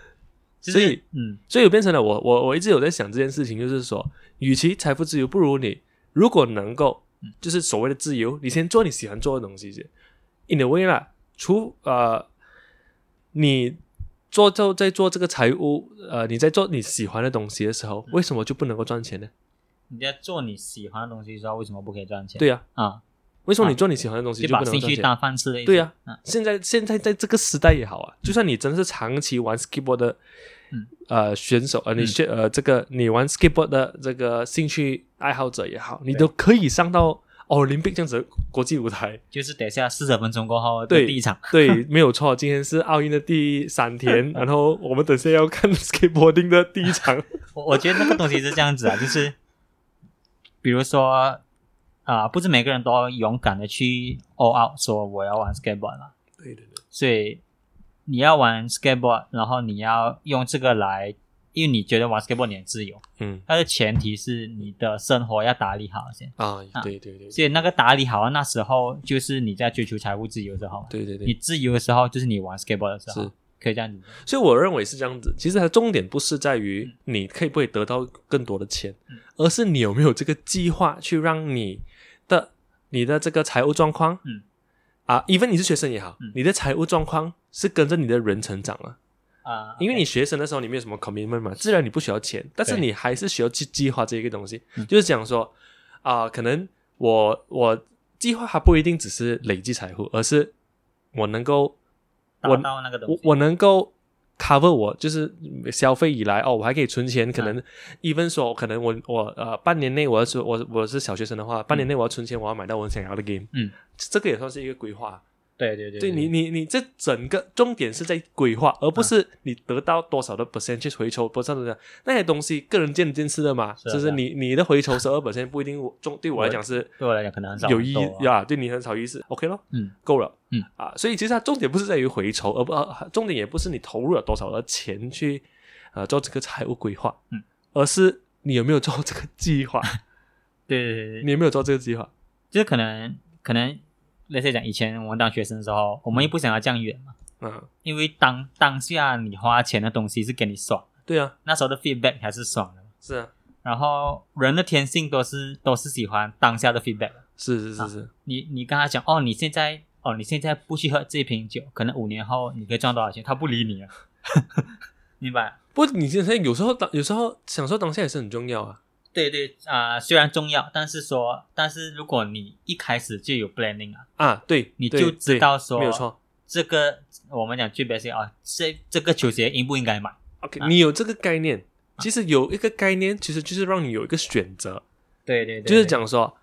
Speaker 2: 就是
Speaker 3: 所以
Speaker 2: 嗯
Speaker 3: 所以我变成了我我我一直有在想这件事情，就是说，与其财富自由，不如你如果能够，
Speaker 2: 嗯
Speaker 3: 就是所谓的自由，你先做你喜欢做的东西先。In a way 啦，除呃，你做就在做这个财务，呃，你在做你喜欢的东西的时候，
Speaker 2: 嗯
Speaker 3: 为什么就不能够赚钱呢？
Speaker 2: 你在做你喜欢的东西的时候，为什么不可以赚钱？
Speaker 3: 对呀、
Speaker 2: 啊，
Speaker 3: 为什么你做你喜欢的东西
Speaker 2: 就
Speaker 3: 就不
Speaker 2: 把
Speaker 3: 能够
Speaker 2: 兴
Speaker 3: 赚
Speaker 2: 趣
Speaker 3: 钱？
Speaker 2: 当饭吃的意思。
Speaker 3: 对呀、
Speaker 2: 嗯
Speaker 3: 现在现在在这个时代也好啊，就算你真的是长期玩 skateboard 的，
Speaker 2: 嗯
Speaker 3: 呃，选手，呃，你选、呃这个你玩 skateboard 的这个兴趣爱好者也好，你都可以上到奥林匹克这样子的国际舞台。
Speaker 2: 就是等一下四十分钟过后的
Speaker 3: 对
Speaker 2: 第一场，
Speaker 3: 对，没有错，今天是奥运的第三天，然后我们等下要看 skateboarding 的第一场。
Speaker 2: 我我觉得那个东西是这样子 啊，就是比如说啊、不是每个人都勇敢的去 all out 说我要玩 skateboard 啦，
Speaker 3: 对对对，
Speaker 2: 所以你要玩 skateboard，然后你要用这个来，因为你觉得玩 skateboard 你很自由，
Speaker 3: 嗯
Speaker 2: 但是前提是你的生活要打理好先。
Speaker 3: 啊
Speaker 2: 啊，
Speaker 3: 对对对
Speaker 2: 所以那个打理好，那时候就是你在追求财务自由的时候嘛。
Speaker 3: 对对
Speaker 2: 你
Speaker 3: 对，
Speaker 2: 自由的时候就是你玩 skateboard 的时候
Speaker 3: 是，
Speaker 2: 可以这样子。
Speaker 3: 所以我认为是这样子。其实它的重点不是在于
Speaker 2: 嗯
Speaker 3: 你可以不可以得到更多的钱，而是你有没有这个计划去让你的你的这个财务状况，
Speaker 2: 嗯，
Speaker 3: 啊，even 你是学生也好，
Speaker 2: 嗯
Speaker 3: 你的财务状况是跟着你的人成长啊。
Speaker 2: 啊、
Speaker 3: 因为你学生的时候你没有什么 commitment 嘛，自然你不需要钱，但是
Speaker 2: 对
Speaker 3: 你还是需要去计划这一个东西。
Speaker 2: 嗯
Speaker 3: 就是讲说啊、可能我我计划它不一定只是累积财富，而是我能够
Speaker 2: 达
Speaker 3: 我
Speaker 2: 到那个东
Speaker 3: 我
Speaker 2: 西，
Speaker 3: 我能够 cover 我就是消费以来哦，我还可以存钱，可能、even
Speaker 2: 啊
Speaker 3: 说可能我我呃半年内我要是我我是小学生的话，半年内我要存钱，我要买到我想要的 game，
Speaker 2: 嗯，
Speaker 3: 这个也算是一个规划。
Speaker 2: 对对对，
Speaker 3: 对你你你这整个重点是在规划，而
Speaker 2: 啊
Speaker 3: 不是你得到多少的 percentage 回酬，多少的那些东西，个人见仁见智的嘛。
Speaker 2: 是啊
Speaker 3: 就是是
Speaker 2: 啊
Speaker 3: 你你的回酬十二 percent 不一定我中对我来讲是
Speaker 2: 对我来讲可能很少
Speaker 3: 有意
Speaker 2: 玩
Speaker 3: 义
Speaker 2: 斗啊
Speaker 3: 呀，对你很少意思，OK 咯，
Speaker 2: 嗯，
Speaker 3: 够了，
Speaker 2: 嗯
Speaker 3: 啊，所以其实它重点不是在于回酬，而不、啊重点也不是你投入了多少的钱去呃做这个财务规划，
Speaker 2: 嗯，
Speaker 3: 而是你有没有做这个计划，
Speaker 2: 对对对对，
Speaker 3: 你有没有做这个计划？
Speaker 2: 就是可能可能类似讲以前我们当学生的时候，我们也不想要这样远嘛，
Speaker 3: 啊，
Speaker 2: 因为当当下你花钱的东西是给你爽，
Speaker 3: 对啊，
Speaker 2: 那时候的 feedback 还是爽的。
Speaker 3: 是啊，
Speaker 2: 然后人的天性都是都是喜欢当下的 feedback。
Speaker 3: 是是是
Speaker 2: 啊
Speaker 3: 是，
Speaker 2: 你你跟他讲哦，你现在哦，你现在不去喝这瓶酒，可能五年后你可以赚多少钱，他不理你了， 明白？
Speaker 3: 不过你现在有时候当有时候享受当下也是很重要啊，
Speaker 2: 对对啊、虽然重要，但是说，但是如果你一开始就有 planning 啊，
Speaker 3: 啊，对，
Speaker 2: 你
Speaker 3: 对
Speaker 2: 就知道说
Speaker 3: 对没有错。
Speaker 2: 这个我们讲 G B C 啊，这这个球鞋应不应该买？
Speaker 3: OK，、
Speaker 2: 啊
Speaker 3: 你有这个概念，其实有一个概念，其实就是让你有一个选择，
Speaker 2: 对对对，
Speaker 3: 就是讲说，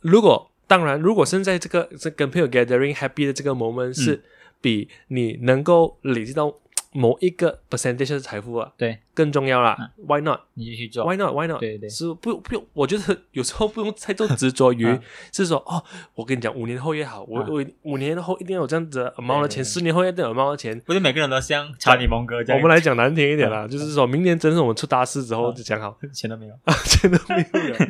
Speaker 3: 如果当然，如果现在这个这跟朋友 gathering happy 的这个 moment
Speaker 2: 嗯
Speaker 3: 是比你能够累积到某一个 percentage 的财富啊
Speaker 2: 对，
Speaker 3: 更重要啦
Speaker 2: 啊。
Speaker 3: Why not？
Speaker 2: 你就去做。
Speaker 3: Why not? Why not?
Speaker 2: 对对
Speaker 3: 是不用不用，我觉得有时候不用太多执着于
Speaker 2: 啊，
Speaker 3: 是说哦，我跟你讲，五年后也好，我
Speaker 2: 啊
Speaker 3: 我五年后一定要有这样子的 amount 的
Speaker 2: 对
Speaker 3: 钱，
Speaker 2: 对
Speaker 3: 十年后一定要有 amount 的钱。
Speaker 2: 不是每个人都像查理蒙哥这
Speaker 3: 我
Speaker 2: 样，嗯
Speaker 3: 们来讲难听一点啦，就是说明年真是我们出大事之后
Speaker 2: 啊
Speaker 3: 就讲好
Speaker 2: 钱都没有。
Speaker 3: 啊，真的没有 了。所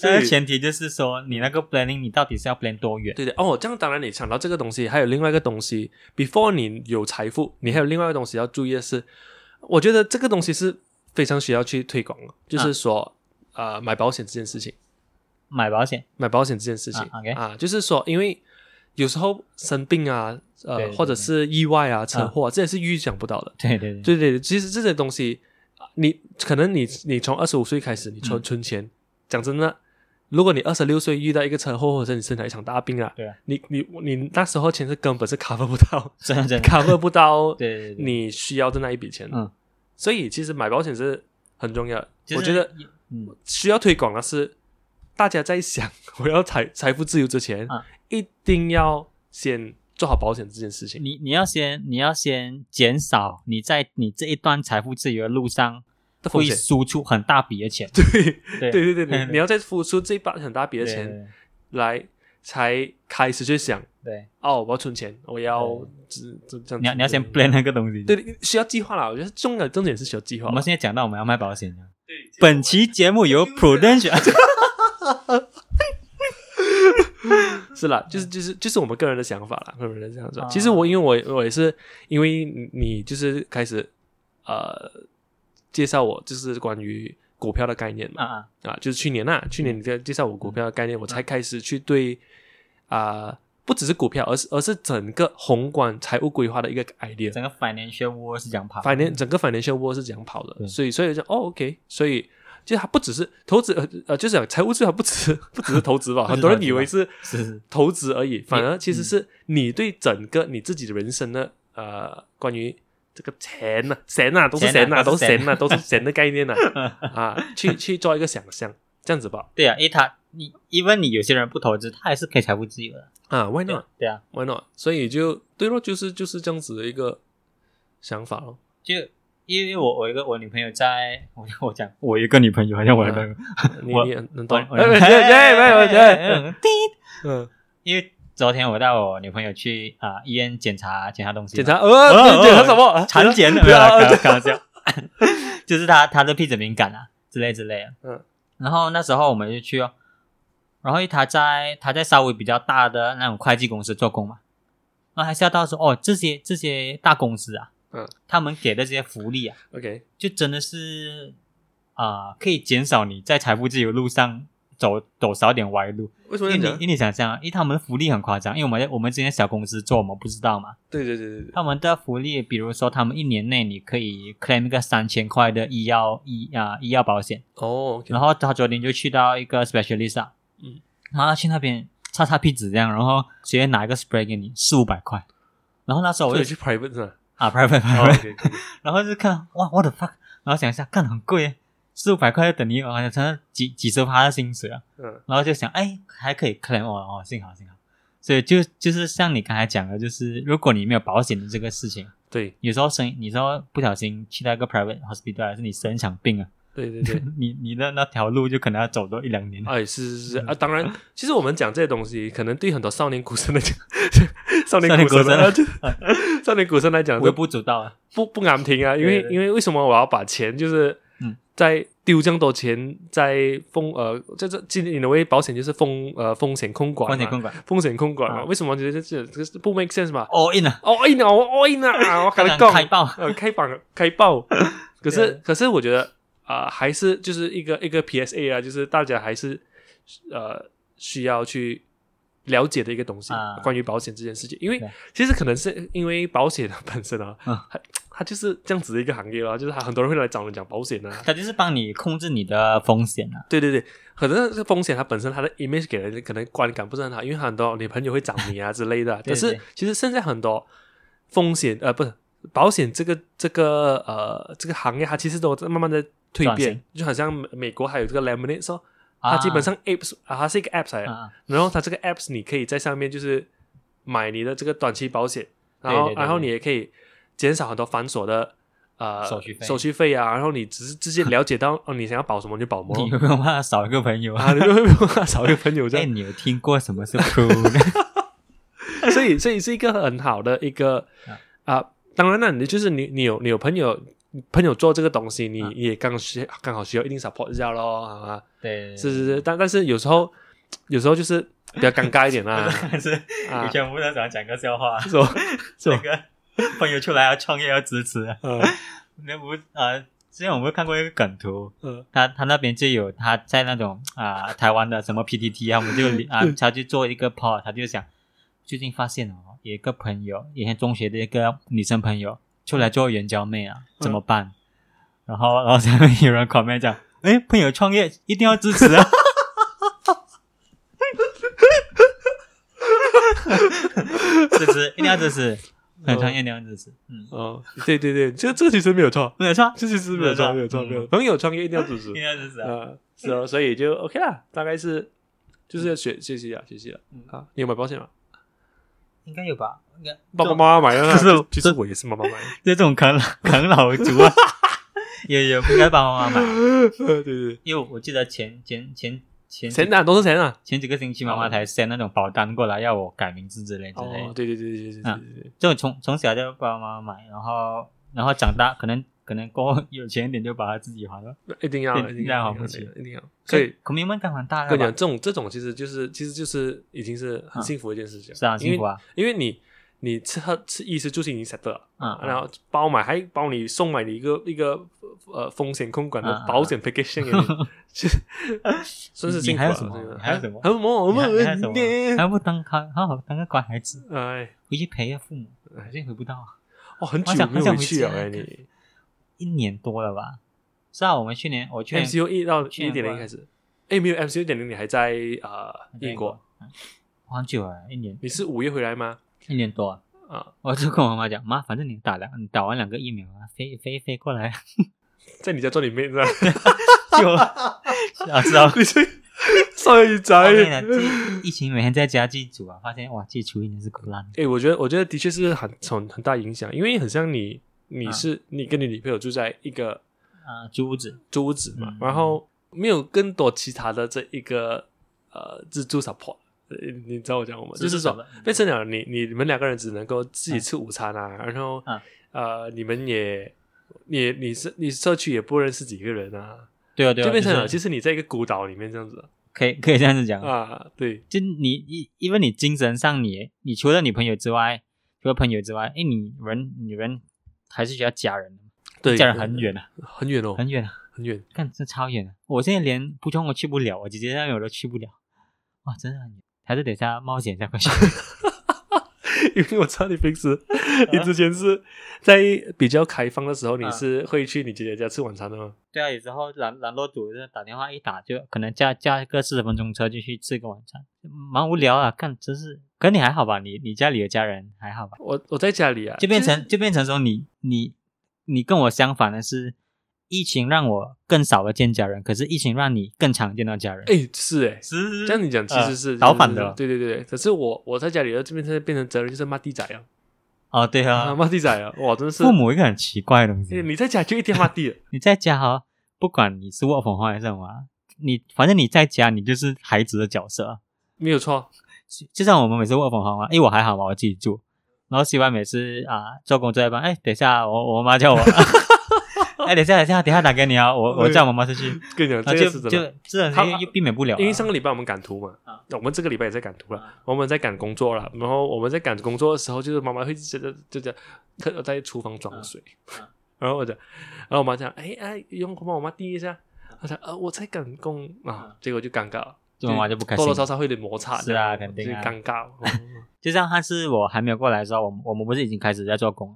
Speaker 2: 但
Speaker 3: 以
Speaker 2: 是前提就是说，你那个 planning 你到底是要 plan 多远？
Speaker 3: 对的哦，这样当然你想到这个东西，还有另外一个东西，before 你有财富，你还有另外一个东西要注意的是，我觉得这个东西是非常需要去推广的，就是
Speaker 2: 嗯
Speaker 3: 说呃买保险这件事情。
Speaker 2: 买保险，
Speaker 3: 买保险这件事情
Speaker 2: 啊，OK
Speaker 3: 就是说，因为有时候生病啊，呃，
Speaker 2: 对对嗯
Speaker 3: 或者是意外啊、车祸、啊，这也是预想不到的。
Speaker 2: 对对对，
Speaker 3: 对对，对其实这些东西，啊你可能你你从二十五岁开始，你存、
Speaker 2: 嗯
Speaker 3: 存钱，讲真的，如果你二十六岁遇到一个车祸，或者你身体一场大病啊，
Speaker 2: 对啊
Speaker 3: 你你你那时候钱是根本是 cover 不到
Speaker 2: 真的真的，
Speaker 3: ，cover 不到
Speaker 2: 对对对，
Speaker 3: 你需要的那一笔钱。
Speaker 2: 嗯，
Speaker 3: 所以其实买保险是很重要的，
Speaker 2: 就是
Speaker 3: 我觉得。
Speaker 2: 嗯，
Speaker 3: 需要推广的是，大家在想我要财财富自由之前，
Speaker 2: 啊
Speaker 3: 一定要先做好保险这件事情。
Speaker 2: 你你要先你要先减少你在你这一段财富自由的路上
Speaker 3: 的风
Speaker 2: 会
Speaker 3: 险，
Speaker 2: 输出很大笔的钱，
Speaker 3: 对
Speaker 2: 对
Speaker 3: 对对 对，
Speaker 2: 对
Speaker 3: 你你要再付出这一把很大笔的钱来，才开始去想
Speaker 2: 对，
Speaker 3: 哦，我要存钱，我要
Speaker 2: 对
Speaker 3: 这这这样子。
Speaker 2: 你要你要先 plan 那个东西。
Speaker 3: 对，对需要计划啦。我觉得重要重点是需要计划
Speaker 2: 我
Speaker 3: 啦。
Speaker 2: 们现在讲到我们要卖保险了
Speaker 3: 对
Speaker 2: 本期节目由 Prudential
Speaker 3: 是啦，就是就是就是我们个人的想法啦，个人的想法。
Speaker 2: 啊
Speaker 3: 其实我因为我我也是因为你就是开始呃介绍我就是关于股票的概念嘛，
Speaker 2: 啊啊，嗯
Speaker 3: 啊，就是去年啊，去年你在介绍我股票的概念，我才开始去对啊、不只是股票，而是而是整个宏观财务规划的一个 idea。
Speaker 2: 整个 financial world 是这样跑的，
Speaker 3: 反正整个 financial world 是这样跑的，
Speaker 2: 对
Speaker 3: 所以所以就哦 OK，所以就它不只是投资，呃呃，就是讲财务规划不只不只是投资吧，
Speaker 2: 不只
Speaker 3: 很
Speaker 2: 是
Speaker 3: 多人
Speaker 2: 投资
Speaker 3: 以为是
Speaker 2: 是是嗯
Speaker 3: 投资而已，反而其实是你对整个你自己的人生的呃，关于这个钱呐、钱呐、都是钱
Speaker 2: 钱
Speaker 3: 呐、
Speaker 2: 啊
Speaker 3: 都
Speaker 2: 都
Speaker 3: 是
Speaker 2: 是
Speaker 3: 钱呐、都是钱的概 念呐啊，去去做一个想象，这样子吧，
Speaker 2: 对啊，因为他你 even 你有些人不投资，他还是可以财务自由的，
Speaker 3: 啊，Why
Speaker 2: 对
Speaker 3: not？
Speaker 2: 啊对啊，
Speaker 3: Why not？所以就对咯，就是就是这样子的一个想法 咯。
Speaker 2: 就因为我我有一个我女朋友在，我我讲我有一个女朋友，好像我的朋友，
Speaker 3: 你
Speaker 2: 我
Speaker 3: 你能
Speaker 2: 我
Speaker 3: 懂？
Speaker 2: 我
Speaker 3: 哎哎哎哎哎哎 哎，
Speaker 2: 嗯滴
Speaker 3: 嗯，
Speaker 2: 因为昨天我带我女朋友去啊医院检查检查东西嘛，
Speaker 3: 检查呃，检查什么？
Speaker 2: 哦嗯产检的没
Speaker 3: 对
Speaker 2: 有啦，
Speaker 3: 啊
Speaker 2: 开玩开玩笑， 就是他他对屁子敏感啊之类之类的。
Speaker 3: 嗯，
Speaker 2: 然后那时候我们就去哦，然后因为他在他在稍微比较大的那种会计公司做工嘛，然后还笑到说哦，这些这些大公司啊，
Speaker 3: 嗯，
Speaker 2: 他们给的这些福利啊，
Speaker 3: OK，
Speaker 2: 就真的是啊、可以减少你在财富自由路上走走少点歪路。
Speaker 3: 为什
Speaker 2: 因为
Speaker 3: 么要
Speaker 2: 你
Speaker 3: 讲
Speaker 2: 因？为你想象啊，因为他们福利很夸张，因为我们在我们之前小公司做，我们不知道嘛。
Speaker 3: 对对对对对，
Speaker 2: 他们的福利，比如说他们一年内你可以 claim 一个三千块的医药医啊医药保险，
Speaker 3: 哦，OK，
Speaker 2: 然后他昨天就去到一个 specialist，啊
Speaker 3: 嗯，
Speaker 2: 然后去那边擦擦屁子这样，然后直接拿一个 spray 给你四五百块，然后那时候我
Speaker 3: 所以
Speaker 2: 就
Speaker 3: 去 private 是吧哦
Speaker 2: 啊 private private，、
Speaker 3: ？OK，
Speaker 2: 然后就看哇 what the fuck，然后想一下看很贵耶，四五百块就等于哦好像才能几几十趴的薪水啊，
Speaker 3: 嗯
Speaker 2: 然后就想，哎，还可以 claim 哦，哦，幸好幸好。所以就就是像你刚才讲的，就是如果你没有保险的这个事情，
Speaker 3: 对
Speaker 2: 有时候生你说不小心去到一个 private hospital，还是你生一场病啊，
Speaker 3: 对对对，
Speaker 2: 你你的那条路就可能要走多一两年。
Speaker 3: 哎，是是是
Speaker 2: 嗯
Speaker 3: 啊，当然，其实我们讲这些东西，可能对很多少年股神来讲，
Speaker 2: 少
Speaker 3: 少年
Speaker 2: 年
Speaker 3: 股神
Speaker 2: 股
Speaker 3: 啊
Speaker 2: 神
Speaker 3: 就少年股神来讲，
Speaker 2: 微不足道啊，
Speaker 3: 不不敢听啊，因为
Speaker 2: 对对
Speaker 3: 因为为什么我要把钱就是
Speaker 2: 嗯
Speaker 3: 在丢这么多钱在风呃在这今年的为保险就是风呃风险控管嘛
Speaker 2: 风险控管
Speaker 3: 风险控管嘛，
Speaker 2: 啊
Speaker 3: 为什么觉得这这这不 make sense 嘛？
Speaker 2: all in 啊，
Speaker 3: 哦 in 啊，我 all in 啊，我跟你
Speaker 2: 当然开
Speaker 3: 讲，
Speaker 2: 爆，
Speaker 3: 呃开 榜开爆，可
Speaker 2: 对
Speaker 3: 是可是我觉得啊、还是就是一个一个 PSA 啊，就是大家还是呃需要去。了解的一个东西，
Speaker 2: 啊
Speaker 3: 关于保险这件事情，因为
Speaker 2: 对
Speaker 3: 其实可能是因为保险本身啊，
Speaker 2: 嗯
Speaker 3: 它它就是这样子的一个行业啦，就是它很多人会来找人讲保险啊，
Speaker 2: 它就是帮你控制你的风险啊。
Speaker 3: 对对对，可能这个风险它本身它的 image 给人可能观感不是很好，因为很多你朋友会找你啊之类的啊。
Speaker 2: 对
Speaker 3: 可是
Speaker 2: 对
Speaker 3: 其实现在很多风险呃不是保险这个这个呃这个行业它其实都在慢慢的蜕
Speaker 2: 转
Speaker 3: 变
Speaker 2: 型，
Speaker 3: 就好像美美国还有这个 Lemonade 说，它
Speaker 2: 啊
Speaker 3: 基本上 apps 啊它是一个 apps 来的，
Speaker 2: 啊，
Speaker 3: 然后它这个 apps 你可以在上面就是买你的这个短期保险，然后
Speaker 2: 对对对
Speaker 3: 然后
Speaker 2: 对
Speaker 3: 你也可以减少很多繁琐的。呃，
Speaker 2: 手续费
Speaker 3: 手续费啊，然后你只是直接了解到哦，你想要保什么就保什 么咯，
Speaker 2: 你有没有怕少一个朋友啊？
Speaker 3: 啊，你会不会少一个朋友这
Speaker 2: 哎，
Speaker 3: 样？
Speaker 2: 你有听过什么是 pool？哎
Speaker 3: 所以，所以是一个很好的一个啊、当然了，你就是你，你有你有朋友朋友做这个东西，你
Speaker 2: 啊
Speaker 3: 你也刚需刚好需要一定 support 一下咯，好吗？
Speaker 2: 对，
Speaker 3: 是是是，但但是有时候有时候就是比较尴尬一点 啦，
Speaker 2: 是，
Speaker 3: 啊
Speaker 2: 以，前我们想讲个笑话，
Speaker 3: 是吧？是
Speaker 2: 那
Speaker 3: 吧？
Speaker 2: 个朋友出来要创业要支持，啊
Speaker 3: 嗯
Speaker 2: 那不呃，之前我们看过一个梗图，
Speaker 3: 嗯
Speaker 2: 他他那边就有他在那种啊、台湾的什么 PTT 啊，我们就啊、他就做一个 p o 他就想最近发现哦，有一个朋友，以前中学的一个女生朋友出来做援交妹啊，怎么办？然后然后下面有人 comment 讲，哎，朋友创业一定要支持啊。 支持，一定要支持，很创业一定要支持，嗯，
Speaker 3: 哦，对对对，这这其实没有错，
Speaker 2: 没有错，
Speaker 3: 这其实没有错，没有错，没
Speaker 2: 嗯
Speaker 3: 有错朋友创业一定要支持
Speaker 2: 一定要支持啊。
Speaker 3: 啊，是哦，所以就 OK 啦，大概是就是要学学习啊，学习了
Speaker 2: 嗯
Speaker 3: 啊，你有买保险吗？
Speaker 2: 应该有吧？应该
Speaker 3: 爸爸妈妈买的啦，
Speaker 2: 可是
Speaker 3: 其实我也是妈妈买的。
Speaker 2: 这种 啃老啃老族 啊，有有应该帮妈妈买，
Speaker 3: 对对
Speaker 2: 因为我记得前前前前
Speaker 3: 对，钱啊，都是钱啊。
Speaker 2: 前几个星期妈妈才 send 那种保单过来要我改名字之类之类
Speaker 3: 哦，
Speaker 2: 的，
Speaker 3: 对对对对对对对对，
Speaker 2: 就从从小就帮妈妈买，然后然后长大可能 可能过后有钱一点就把它自己还了，
Speaker 3: 一定要
Speaker 2: 对
Speaker 3: 一定
Speaker 2: 一定要
Speaker 3: 要
Speaker 2: 好父亲
Speaker 3: 一定要。所以
Speaker 2: 孔明们干完大
Speaker 3: 跟
Speaker 2: 了
Speaker 3: 你讲，
Speaker 2: 吧？
Speaker 3: 这种这种其实就是其实就是已经是很幸福的一件事情，
Speaker 2: 是啊，幸福啊，
Speaker 3: 因为因为你你吃喝吃衣食住行已经 set 了，
Speaker 2: 嗯，嗯
Speaker 3: 然后包买还包你送买你一个一个呃风险控管
Speaker 2: 啊
Speaker 3: 的
Speaker 2: 啊
Speaker 3: 保险 package 给你，是真是
Speaker 2: 你
Speaker 3: 辛苦
Speaker 2: 还有
Speaker 3: 了
Speaker 2: 什么
Speaker 3: 真的
Speaker 2: 还有什么
Speaker 3: 还有什么？我
Speaker 2: 你还你还有什
Speaker 3: 们
Speaker 2: 么还不当看，好好当个乖孩子，
Speaker 3: 哎，
Speaker 2: 回去陪下父母，我现在回不到，
Speaker 3: 哦，很
Speaker 2: 我
Speaker 3: 久
Speaker 2: 想
Speaker 3: 没
Speaker 2: 我
Speaker 3: 有
Speaker 2: 想
Speaker 3: 回去了
Speaker 2: 回家
Speaker 3: 哎，你
Speaker 2: 一年多了吧？是啊，我们去年我去年
Speaker 3: MCU 一到
Speaker 2: 去年
Speaker 3: 一点零
Speaker 2: 过
Speaker 3: 开始，哎，没有 MCU 一点零，你还在呃
Speaker 2: 在
Speaker 3: 英国，，
Speaker 2: 嗯哇很久了，一年
Speaker 3: 你是五月回来吗？
Speaker 2: 一年多啊。
Speaker 3: 啊，
Speaker 2: 我就跟我妈妈讲，妈，反正你打两，你打完两个疫苗啊，飞飞飞过来
Speaker 3: 在你家做你妹是吧？
Speaker 2: 就，啊，知道。
Speaker 3: 你是衰
Speaker 2: 后
Speaker 3: 仔。
Speaker 2: 面哦呢，啊疫疫情每天在家自己煮啊，发现哇，自己厨艺真是够烂的。
Speaker 3: 诶，哎我觉得，我觉得的确是很很很大影响，因为很像你，你是、你跟你女朋友住在一个
Speaker 2: 啊，租屋子，
Speaker 3: 租屋子嘛，
Speaker 2: 嗯
Speaker 3: 然后没有更多其他的这一个呃自助 support，呃你知道我讲我吗？就是说变成了你你你们两个人只能够自己吃午餐啊，然后、
Speaker 2: 嗯
Speaker 3: 呃你们也也你是你社区也不认识几个人啊，
Speaker 2: 对啊对啊，
Speaker 3: 就变成了
Speaker 2: 就是
Speaker 3: 其实你在一个孤岛里面这样子
Speaker 2: 可以可以这样子讲，
Speaker 3: 啊，对，
Speaker 2: 就你因因为你精神上你你除了女朋友之外，除了朋友之外，哎，你人你人还是需要家人的，
Speaker 3: 对，
Speaker 2: 家人很远啊，
Speaker 3: 很远哦，
Speaker 2: 很远啊，
Speaker 3: 很远，
Speaker 2: 看这超远啊！我现在连普通我去不了，我直接那边我都去不了，哇，真的很远，还是等一下冒险一下过去。
Speaker 3: 因为我知道你平时，
Speaker 2: 啊
Speaker 3: 你之前是在比较开放的时候，你是会去你姐姐家吃晚餐的吗？
Speaker 2: 对啊，有时候懒懒惰主就是打电话一打就可能加加个四十分钟车就去吃个晚餐，蛮无聊啊。看真是，可你还好吧？你你家里有家人还好吧？
Speaker 3: 我我在家里啊，
Speaker 2: 就变成就变成说你你你跟我相反的是，疫情让我更少的见家人，可是疫情让你更常见到家人。
Speaker 3: 哎是哎，
Speaker 2: 是
Speaker 3: 这样你讲其实是
Speaker 2: 呃倒反的
Speaker 3: 对对对对。可是我我在家里这边现在变成责任就是骂地仔啊，
Speaker 2: 哦，对
Speaker 3: 啊
Speaker 2: 啊，
Speaker 3: 骂地仔啊，哇真的是
Speaker 2: 父，母一个很奇怪的东西。
Speaker 3: 你在家就一天骂地 了，
Speaker 2: 你在家哈，不管你是 work from home 还是什么啊，你反正你在家你就是孩子的角色啊。
Speaker 3: 没有错，
Speaker 2: 就就像我们每次 work from home 啊，因为我还好嘛，我自己住。然后洗完每次啊做工作一半，哎，等一下，我我妈叫我， 哎，等一下，等一下，等一下打给你啊，我我叫我妈妈出去，
Speaker 3: 跟你讲
Speaker 2: 啊，
Speaker 3: 哎这
Speaker 2: 就就
Speaker 3: 个是真的。
Speaker 2: 这
Speaker 3: 他
Speaker 2: 种又又避免不了啊，
Speaker 3: 因为上个礼拜我们赶图嘛
Speaker 2: 啊，
Speaker 3: 我们这个礼拜也在赶图了
Speaker 2: 啊，
Speaker 3: 我们在赶工作了，然后我们在赶工作的时候，就是妈妈会觉得就讲，可我在厨房装水
Speaker 2: 啊啊，
Speaker 3: 然后我讲，然后我妈讲，哎哎，用帮我妈递一下，她讲，呃，我在赶工啊
Speaker 2: 啊，
Speaker 3: 结果就尴尬了，
Speaker 2: 这种妈就不开
Speaker 3: 多
Speaker 2: 心
Speaker 3: 多。少少会有点摩擦，
Speaker 2: 是啊
Speaker 3: 这
Speaker 2: 肯
Speaker 3: 样
Speaker 2: 定啊
Speaker 3: 就尴尬，哦
Speaker 2: 就像他是我还没有过来的时候，我们我们不是已经开始在做工了，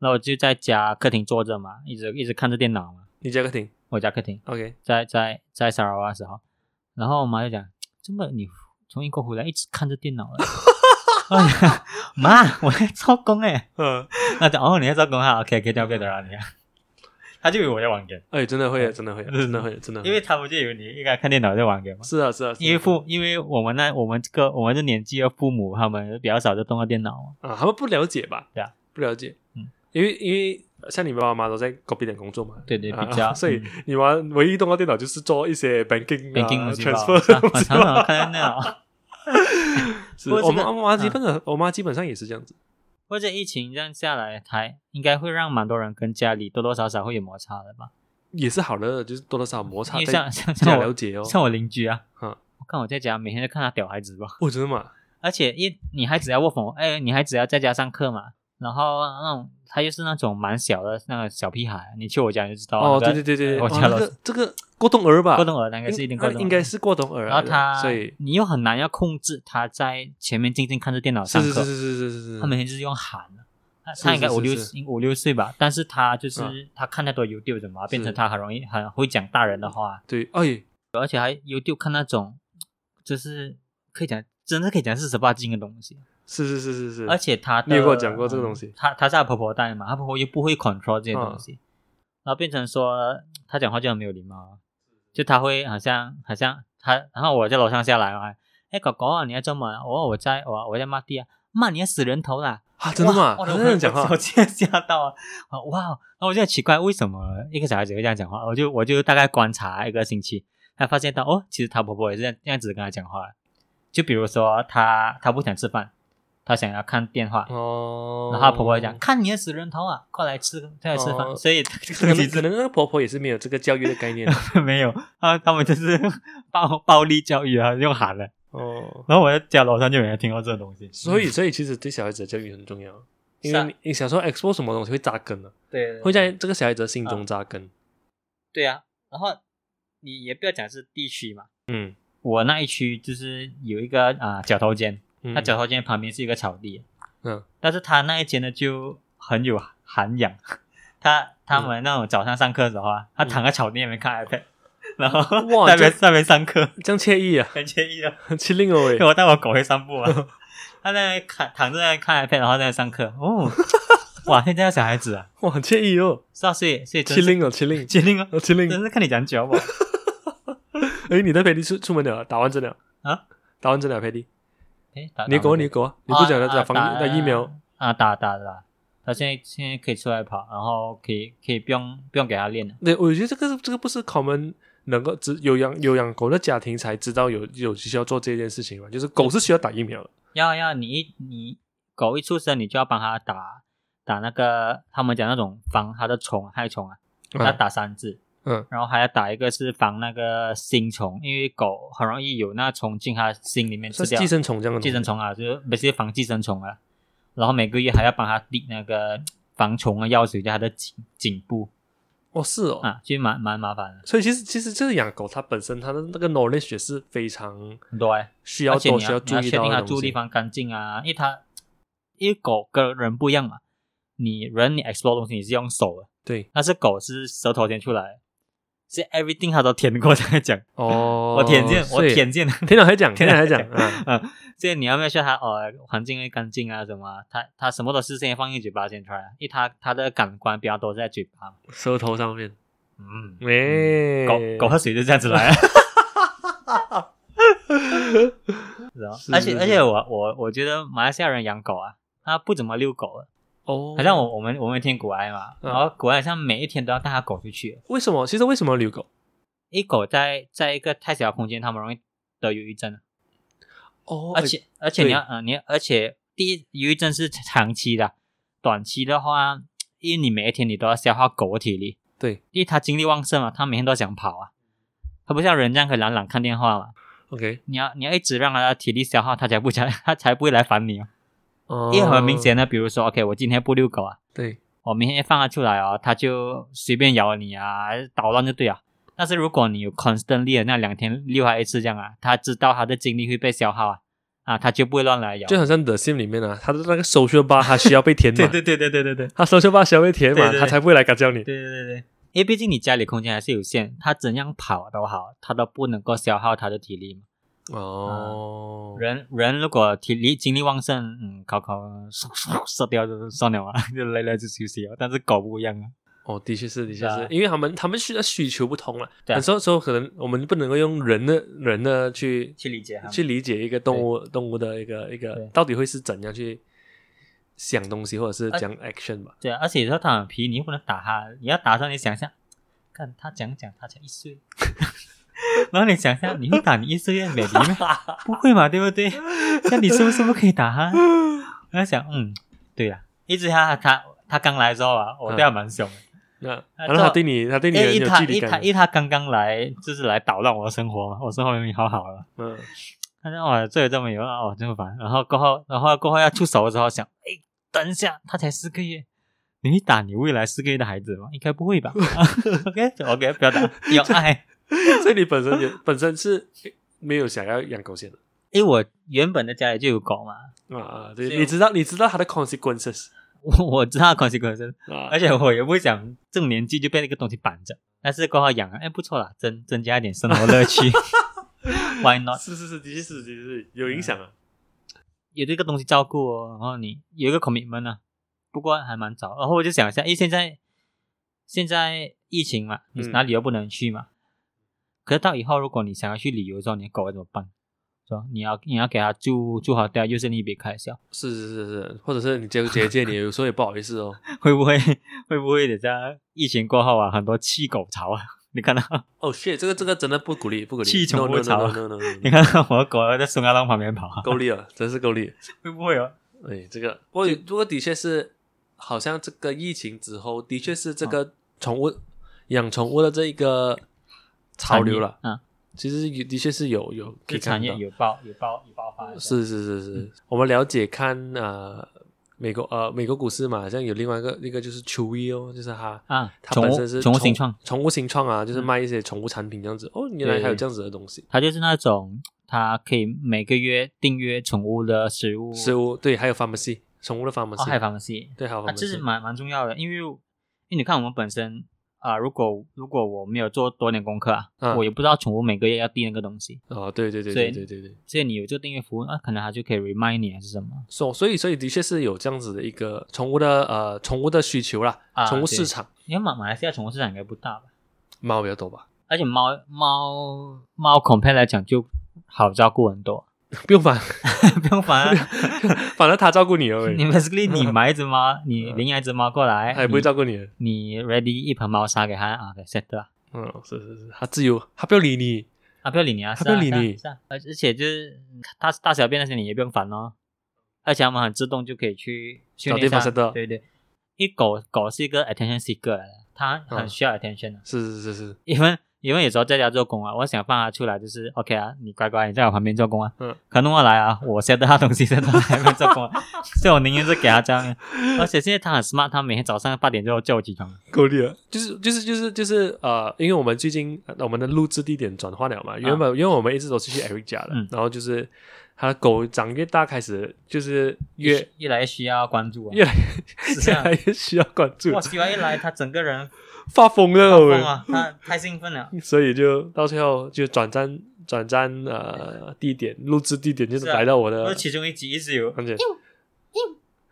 Speaker 2: 那我就在家客厅坐着嘛，一直一直看着电脑嘛，
Speaker 3: 你家客厅
Speaker 2: 我家客厅。
Speaker 3: ，OK，
Speaker 2: 在在在沙拉瓦的时候，然后我妈就讲：“这么你从英国回来一直看着电脑了。” 哎呀，妈，我在做工哎。
Speaker 3: 嗯，
Speaker 2: 她讲：“哦，你在做工哈，OK，可以掉别的了你。” 她就以为我在玩 game，
Speaker 3: 哎，真的会，真的会，
Speaker 2: 嗯
Speaker 3: 真的会，啊真的会，
Speaker 2: 因为他们就以为你应该看电脑在玩 game 嘛。
Speaker 3: 是啊是啊，是啊
Speaker 2: 因为父，因为我们那我们这个我们这年纪的父母，他们比较少就动到电脑嘛。
Speaker 3: 啊，他们不了解吧？
Speaker 2: 对啊，
Speaker 3: 不了解，
Speaker 2: 嗯，
Speaker 3: 因为因为像你爸爸妈妈都在狗屁点工作嘛，
Speaker 2: 对对，
Speaker 3: 啊
Speaker 2: 比较、
Speaker 3: 所以
Speaker 2: 嗯
Speaker 3: 你玩唯一动到电脑就是做一些 banking 啊
Speaker 2: banking 东西吧，
Speaker 3: transfer
Speaker 2: 我常常看电脑。
Speaker 3: 是
Speaker 2: 不过这个
Speaker 3: 我
Speaker 2: 嗯
Speaker 3: 妈我妈基本上我妈基本上也是这样子，
Speaker 2: 或者疫情这样下来，还应该会让蛮多人跟家里多多少少会有摩擦的吧？
Speaker 3: 也是好的，就是多多少少摩
Speaker 2: 因
Speaker 3: 擦
Speaker 2: 为
Speaker 3: 在
Speaker 2: 像像
Speaker 3: 加
Speaker 2: 像
Speaker 3: 了
Speaker 2: 我
Speaker 3: 解哦。
Speaker 2: 像我邻居啊，
Speaker 3: 嗯
Speaker 2: 我看我在家每天在看他屌孩子吧，
Speaker 3: 哦，真的吗？
Speaker 2: 而且一女孩子要卧房，哎，女孩子要在家上课嘛，然后那种他就是那种蛮小的那个小屁孩，你去我家你就知道了
Speaker 3: 哦，
Speaker 2: 那
Speaker 3: 对
Speaker 2: 个
Speaker 3: 对对对，
Speaker 2: 我
Speaker 3: 哦
Speaker 2: 家
Speaker 3: 这
Speaker 2: 楼
Speaker 3: 个这个过冬儿吧，
Speaker 2: 过动儿那个是一定过动
Speaker 3: 应呃
Speaker 2: 儿，
Speaker 3: 应该是过冬儿
Speaker 2: 然
Speaker 3: 来
Speaker 2: 后
Speaker 3: 的，
Speaker 2: 他
Speaker 3: 所以
Speaker 2: 你又很难要控制他在前面静静看着电脑
Speaker 3: 是
Speaker 2: 上课，
Speaker 3: 是是是是是是，
Speaker 2: 他每天就是用喊的。他
Speaker 3: 是
Speaker 2: 他应该
Speaker 3: 是
Speaker 2: 五六
Speaker 3: 是
Speaker 2: 五六岁吧，但是他就是、
Speaker 3: 嗯
Speaker 2: 他看太多 YouTube 什么，变成
Speaker 3: 是
Speaker 2: 他很容易很会讲大人的话，
Speaker 3: 对，哎，
Speaker 2: 而且还 YouTube 看那种就是可以讲真的可以讲是十八禁的东西，
Speaker 3: 是是是是是，
Speaker 2: 而且他的
Speaker 3: 你有跟我讲过这个东西嗯
Speaker 2: 嗯他他是他婆婆带嘛，他婆婆又不会 control 这些东西，然后变成说他讲话就很没有礼貌，啊就他会好像好像他，然后我在楼上下来嘛，哎狗狗啊你在做嘛？哦我在我我在骂地啊，骂你要死人头啦！
Speaker 3: 啊， 真的吗？
Speaker 2: 哇
Speaker 3: 他这样讲
Speaker 2: 我
Speaker 3: 话，
Speaker 2: 直接吓到啊！啊哇，然后我就很奇怪，为什么一个小孩子会这样讲话？我就我就大概观察一个星期，才发现到哦，其实她婆婆也是这样这样子跟她讲话的。就比如说，她她不想吃饭，她想要看电话，
Speaker 3: 哦，
Speaker 2: 然后她婆婆讲：“看你的死人头啊，过来吃，过来吃饭。
Speaker 3: 哦
Speaker 2: 所 以这
Speaker 3: 可
Speaker 2: 个东西
Speaker 3: 能
Speaker 2: 真
Speaker 3: 可能那个婆婆也是没有 这个教育的概念，
Speaker 2: 的没有啊，他们就是暴暴力教育啊，用喊的。
Speaker 3: 哦，
Speaker 2: 然后我在家楼上就有人听到这种东西，嗯
Speaker 3: 所以所以其实对小孩子的教育很重要，因为
Speaker 2: 是啊
Speaker 3: 你你小时候 expose 什么东西会扎根的、
Speaker 2: 对
Speaker 3: 会在这个小孩子的心中扎根。
Speaker 2: 对啊，然后你也不要讲是地区嘛，
Speaker 3: 嗯，
Speaker 2: 我那一区就是有一个啊、角头间，
Speaker 3: 嗯
Speaker 2: 它角头间旁边是一个草地，
Speaker 3: 嗯，
Speaker 2: 但是他那一间呢就很有涵养， 他他们那种早上上课的时候啊，他躺在草地那边看 iPad，然 后
Speaker 3: 哇
Speaker 2: 在那边
Speaker 3: 这
Speaker 2: 在那边上课，
Speaker 3: 这样惬意啊，
Speaker 2: 很惬 意啊。
Speaker 3: 很惬意 哦喂
Speaker 2: 对，我带我狗去散步啊， 他在那边看躺着在那边看 iPad，然后在那边上课， 哦，哇，现在的小孩子啊，
Speaker 3: 哇，很惬意 哦，
Speaker 2: 是啊，所以所以真
Speaker 3: 麒
Speaker 2: 是
Speaker 3: 麟哦，麒 麟，
Speaker 2: 麒麟啊，
Speaker 3: 哦麒麟
Speaker 2: 真，是看你讲啊久 吧。
Speaker 3: 哎，你的佩蒂出出门了，打完针了
Speaker 2: 啊？
Speaker 3: 打完针了，佩蒂，
Speaker 2: 哎，打
Speaker 3: 你
Speaker 2: 打
Speaker 3: 狗
Speaker 2: 完
Speaker 3: 你
Speaker 2: 了
Speaker 3: 狗啊，你不
Speaker 2: 啊
Speaker 3: 讲要
Speaker 2: 啊
Speaker 3: 打防
Speaker 2: 打
Speaker 3: 打哎疫苗，
Speaker 2: 啊，打打打，他现在现在可以出来跑，然后可以可以不用不用给他练了。
Speaker 3: 对，我觉得这个这个不是 common 能够只有养有养狗的家庭才知道有有需要做这件事情嘛，就是狗是需要打疫苗的。
Speaker 2: 要要你一你狗一出生，你就要帮它打打那个他们讲那种防它的虫害虫啊，
Speaker 3: 嗯
Speaker 2: 要打三只，
Speaker 3: 嗯，
Speaker 2: 然后还要打一个是防那个新虫，因为狗很容易有那虫进它心里面吃
Speaker 3: 是
Speaker 2: 掉
Speaker 3: 寄生虫这样的东西
Speaker 2: 寄生虫啊，就是不是防寄生虫啊，然后每个月还要帮它滴那个防虫的药水在它的颈颈部
Speaker 3: 哦，是哦，
Speaker 2: 啊，就蛮蛮麻烦的，
Speaker 3: 所以其实其实这个养狗它本身它的那个 knowledge 也是非常
Speaker 2: 很多哎、
Speaker 3: 需要
Speaker 2: 而且
Speaker 3: 多
Speaker 2: 你
Speaker 3: 需注
Speaker 2: 你
Speaker 3: 意
Speaker 2: 确
Speaker 3: 到
Speaker 2: 定
Speaker 3: 的
Speaker 2: 它住
Speaker 3: 东
Speaker 2: 的地
Speaker 3: 西。
Speaker 2: 方干净啊，因为它因为狗跟人不一样嘛，你人你 explore 东西你是用手的，
Speaker 3: 对，
Speaker 2: 但是狗是舌头先出来，是 everything 它都舔过再讲。
Speaker 3: 哦，
Speaker 2: 我舔见，我
Speaker 3: 所以
Speaker 2: 舔见，
Speaker 3: 舔了还讲，舔了还讲啊，
Speaker 2: 嗯，所以你要不要说它呃环境会干净啊什么啊？它它什么都是先放进嘴巴先出来，因为它它的感官比较多在嘴巴嘛。
Speaker 3: 舌头上面，
Speaker 2: 嗯，
Speaker 3: 哎，
Speaker 2: 狗狗喝水就这样子来 啊。是啊，
Speaker 3: 是
Speaker 2: 而且
Speaker 3: 是
Speaker 2: 而且我我我觉得马来西亚人养狗啊，他不怎么遛狗的，
Speaker 3: 哦，
Speaker 2: 好像我我们我们听古埃嘛，
Speaker 3: 嗯
Speaker 2: 然后古埃好像每一天都要带他狗出去，
Speaker 3: 为什么？其实为什么遛狗？
Speaker 2: 因为狗在在一个太小的空间，它们容易得忧郁症。啊
Speaker 3: 哦，
Speaker 2: 而且而且
Speaker 3: 对
Speaker 2: 你要呃你要而且第一忧郁症是长期的，短期的话，因为你每一天你都要消耗狗的体力，
Speaker 3: 对
Speaker 2: 因为它精力旺盛嘛，它每天都想跑啊，它不像人这样可以懒懒看电话嘛，
Speaker 3: ，OK，
Speaker 2: 你要你要一直让它的体力消耗，它才不 才它才不会来烦你哦。
Speaker 3: 哦，
Speaker 2: 因为很明显的，比如说 OK，我今天不遛狗啊，
Speaker 3: 对，
Speaker 2: 我明天放它出来哦，它就随便咬你啊，捣乱就对啊。但是如果你有 constantly 的那两天遛它一次这样啊，它知道它的精力会被消耗啊，啊，它就不会乱来咬。
Speaker 3: 就好像 The Sim 里面啊，他的那个 social bar 它需要被填 满，
Speaker 2: 对对对对对对
Speaker 3: 他 social bar 需要被填
Speaker 2: 对
Speaker 3: 满，
Speaker 2: 对对
Speaker 3: 他才不会来敢叫
Speaker 2: 对
Speaker 3: 你。
Speaker 2: 对对，因为毕竟你家里空间还是有限，它怎样跑都好，它都不能够消耗它的体力嘛。
Speaker 3: 哦，
Speaker 2: 人人如果体力精力旺盛，嗯，考考射掉就算了嘛， 就累了就休息了。但是狗不一样啊，
Speaker 3: 哦，的确是，的确
Speaker 2: 对
Speaker 3: 是
Speaker 2: 啊，
Speaker 3: 因为他们他们需要需求不同了，
Speaker 2: 对啊
Speaker 3: 很多时候可能我们不能够用人的人的去
Speaker 2: 去理解它们
Speaker 3: 去理解一个动物动物的一个一个
Speaker 2: 对
Speaker 3: 到底会是怎样去想东西或者是讲 action 吧。
Speaker 2: 对啊，而且有时候它很皮，你又不能打它，你要打上你想一下，看它讲讲，它才一 岁。然后你想一下，你会打你一岁的 baby 吗？不会嘛，对不对？那你是不是不可以打它？我在想，嗯，对呀、一直他他他刚来的时候啊，我对他蛮凶的，
Speaker 3: 那
Speaker 2: 那
Speaker 3: 然后他
Speaker 2: 这
Speaker 3: 啊对你他对
Speaker 2: 因
Speaker 3: 你很
Speaker 2: 为
Speaker 3: 有
Speaker 2: 他
Speaker 3: 距离
Speaker 2: 因为他因
Speaker 3: 感，啊
Speaker 2: 为他刚刚来就是来捣乱我的生活嘛，我生活明明好好了，
Speaker 3: 嗯，
Speaker 2: 他说哇这有这么有啊，我真烦。然后过后然后过后要出手的时候想，哎，等一下，他才四个月。你会打你未来四个月的孩子吗？应该不会吧 ？OK OK，不要打，有爱。
Speaker 3: 所以你本身也本身是没有想要养狗先的
Speaker 2: 因为我原本的家里就有狗嘛，
Speaker 3: 啊 啊，对
Speaker 2: 所以
Speaker 3: 你知道你知道它的 consequences
Speaker 2: 我我知道 consequences，
Speaker 3: 啊，
Speaker 2: 而且我也不想这种年纪就被那个东西绑着，但是过后养，哎，不错啦，增增加一点生活乐趣，Why not？
Speaker 3: 啊是是是，的确是的确是有影响啊。
Speaker 2: 有这个东西照顾哦，然后你有一个 commitment 啊，不过还蛮早。然后我就想一下，哎，现在现在疫情嘛，你
Speaker 3: 嗯
Speaker 2: 哪里又不能去嘛？可是到以后，如果你想要去旅游的时候，你的狗要怎么办？是吧？你要你要给它住住好掉，又是另一笔开销，
Speaker 3: 是是是是，或者是你结结界，你有时候也不好意思哦。
Speaker 2: 会不会会不会等下疫情过后啊，很多弃狗潮啊？你看到
Speaker 3: 哦、shit，这个这个真的不鼓励，不鼓励，
Speaker 2: 气球
Speaker 3: no,
Speaker 2: 不
Speaker 3: no,
Speaker 2: 潮
Speaker 3: no,
Speaker 2: 啊
Speaker 3: no, no, no,
Speaker 2: 你
Speaker 3: no,
Speaker 2: 看到我的狗在松亚浪旁边跑啊，
Speaker 3: 够力了，真是够力。
Speaker 2: 会不会哦？
Speaker 3: 哎，这个不过不过的确是，好像这个疫情之后，的
Speaker 2: 嗯
Speaker 3: 确是这个宠物、养宠物的这一个潮流了，
Speaker 2: 啊，
Speaker 3: 其实也的确是有有可
Speaker 2: 这
Speaker 3: 以看
Speaker 2: 产
Speaker 3: 到
Speaker 2: 业，有爆有爆有嗯爆发的，
Speaker 3: 是是是是，我们了解看呃美国呃美国股市嘛，像有另外一个那个就是 Chewy 哦，就是它
Speaker 2: 啊，
Speaker 3: 它
Speaker 2: 宠
Speaker 3: 本
Speaker 2: 物
Speaker 3: 身是
Speaker 2: 宠物
Speaker 3: 宠
Speaker 2: 新创，嗯
Speaker 3: 宠物新创啊，就是卖一些宠物产品这样子。哦，原来还有这样子的东西。
Speaker 2: 它就是那种它可以每个月订阅宠物的食物，
Speaker 3: 食
Speaker 2: 物
Speaker 3: 物对，还有 pharmacy 宠物的 pharmacy，、
Speaker 2: 哦，还有房系，
Speaker 3: 对，还有 pharmacy，、
Speaker 2: 啊，这是蛮蛮重要的，因为因为你看我们本身啊、如果如果我没有做多点功课啊，
Speaker 3: 嗯
Speaker 2: 我也不知道宠物每个月要订那个东西，
Speaker 3: 哦，对对对
Speaker 2: 所以
Speaker 3: 对对对对。
Speaker 2: 所以你有这个订阅服务啊，可能它就可以 remind 你还是什么
Speaker 3: 所、所以所以的确是有这样子的一个宠物的呃宠物的需求啦，
Speaker 2: 啊
Speaker 3: 宠物
Speaker 2: 对
Speaker 3: 市场
Speaker 2: 因为马马来西亚宠物市场应该不大吧，
Speaker 3: 猫比较多吧，
Speaker 2: 而且猫猫猫 compare 来讲就好照顾很多，
Speaker 3: 不用烦，
Speaker 2: 不用烦、啊。
Speaker 3: 反正它照顾你而
Speaker 2: 你
Speaker 3: 已，
Speaker 2: basically 你买一只猫，你领养一只猫过来，
Speaker 3: 嗯它也不会照顾你的。
Speaker 2: 你你 ready 一盆猫砂给它啊，给 set 啊，
Speaker 3: 嗯，是是是，它自由，它不要理你。
Speaker 2: 啊不要理你啊，
Speaker 3: 它
Speaker 2: 是
Speaker 3: 不要
Speaker 2: 啊
Speaker 3: 理
Speaker 2: 是啊
Speaker 3: 你
Speaker 2: 是啊，而而且就是嗯它大小便那些你也不用烦哦，而且它们很自动就可以去训
Speaker 3: 找
Speaker 2: 练
Speaker 3: 地方
Speaker 2: 上
Speaker 3: set
Speaker 2: 对对，因为狗狗是一个 attention seeker 来的，它很
Speaker 3: 嗯
Speaker 2: 需要 attention 的，
Speaker 3: 是是是是，
Speaker 2: 因为因为有时候在家做工啊，我想放它出来就是 OK 啊，你乖乖你在我旁边做工啊，
Speaker 3: 嗯
Speaker 2: 可弄过来啊，我 set 它东西 set 它旁边做工 啊，所以我宁愿是给它这样，啊而且现在它很 smart，它每天早上八点就叫我起床。
Speaker 3: 够力了。就是就是就是就是呃，因为我们最近呃我们的录制地点转换了嘛，原本、因为我们一直都是去 Eric 家的，
Speaker 2: 啊嗯
Speaker 3: 然后就是他的狗长越大，开始就是越
Speaker 2: 越来越需要关注啊！
Speaker 3: 越来
Speaker 2: 是
Speaker 3: 越
Speaker 2: 啊
Speaker 3: 来越需要关注
Speaker 2: 哇，，希望一来，他整个人
Speaker 3: 发疯了
Speaker 2: 疯啊
Speaker 3: 我，
Speaker 2: 了，他太兴奋了。
Speaker 3: 所以就到最后就转战转战呃地点录制地点就是
Speaker 2: 是啊
Speaker 3: 来到
Speaker 2: 不
Speaker 3: 我的
Speaker 2: 是其中一集一直有
Speaker 3: 房间。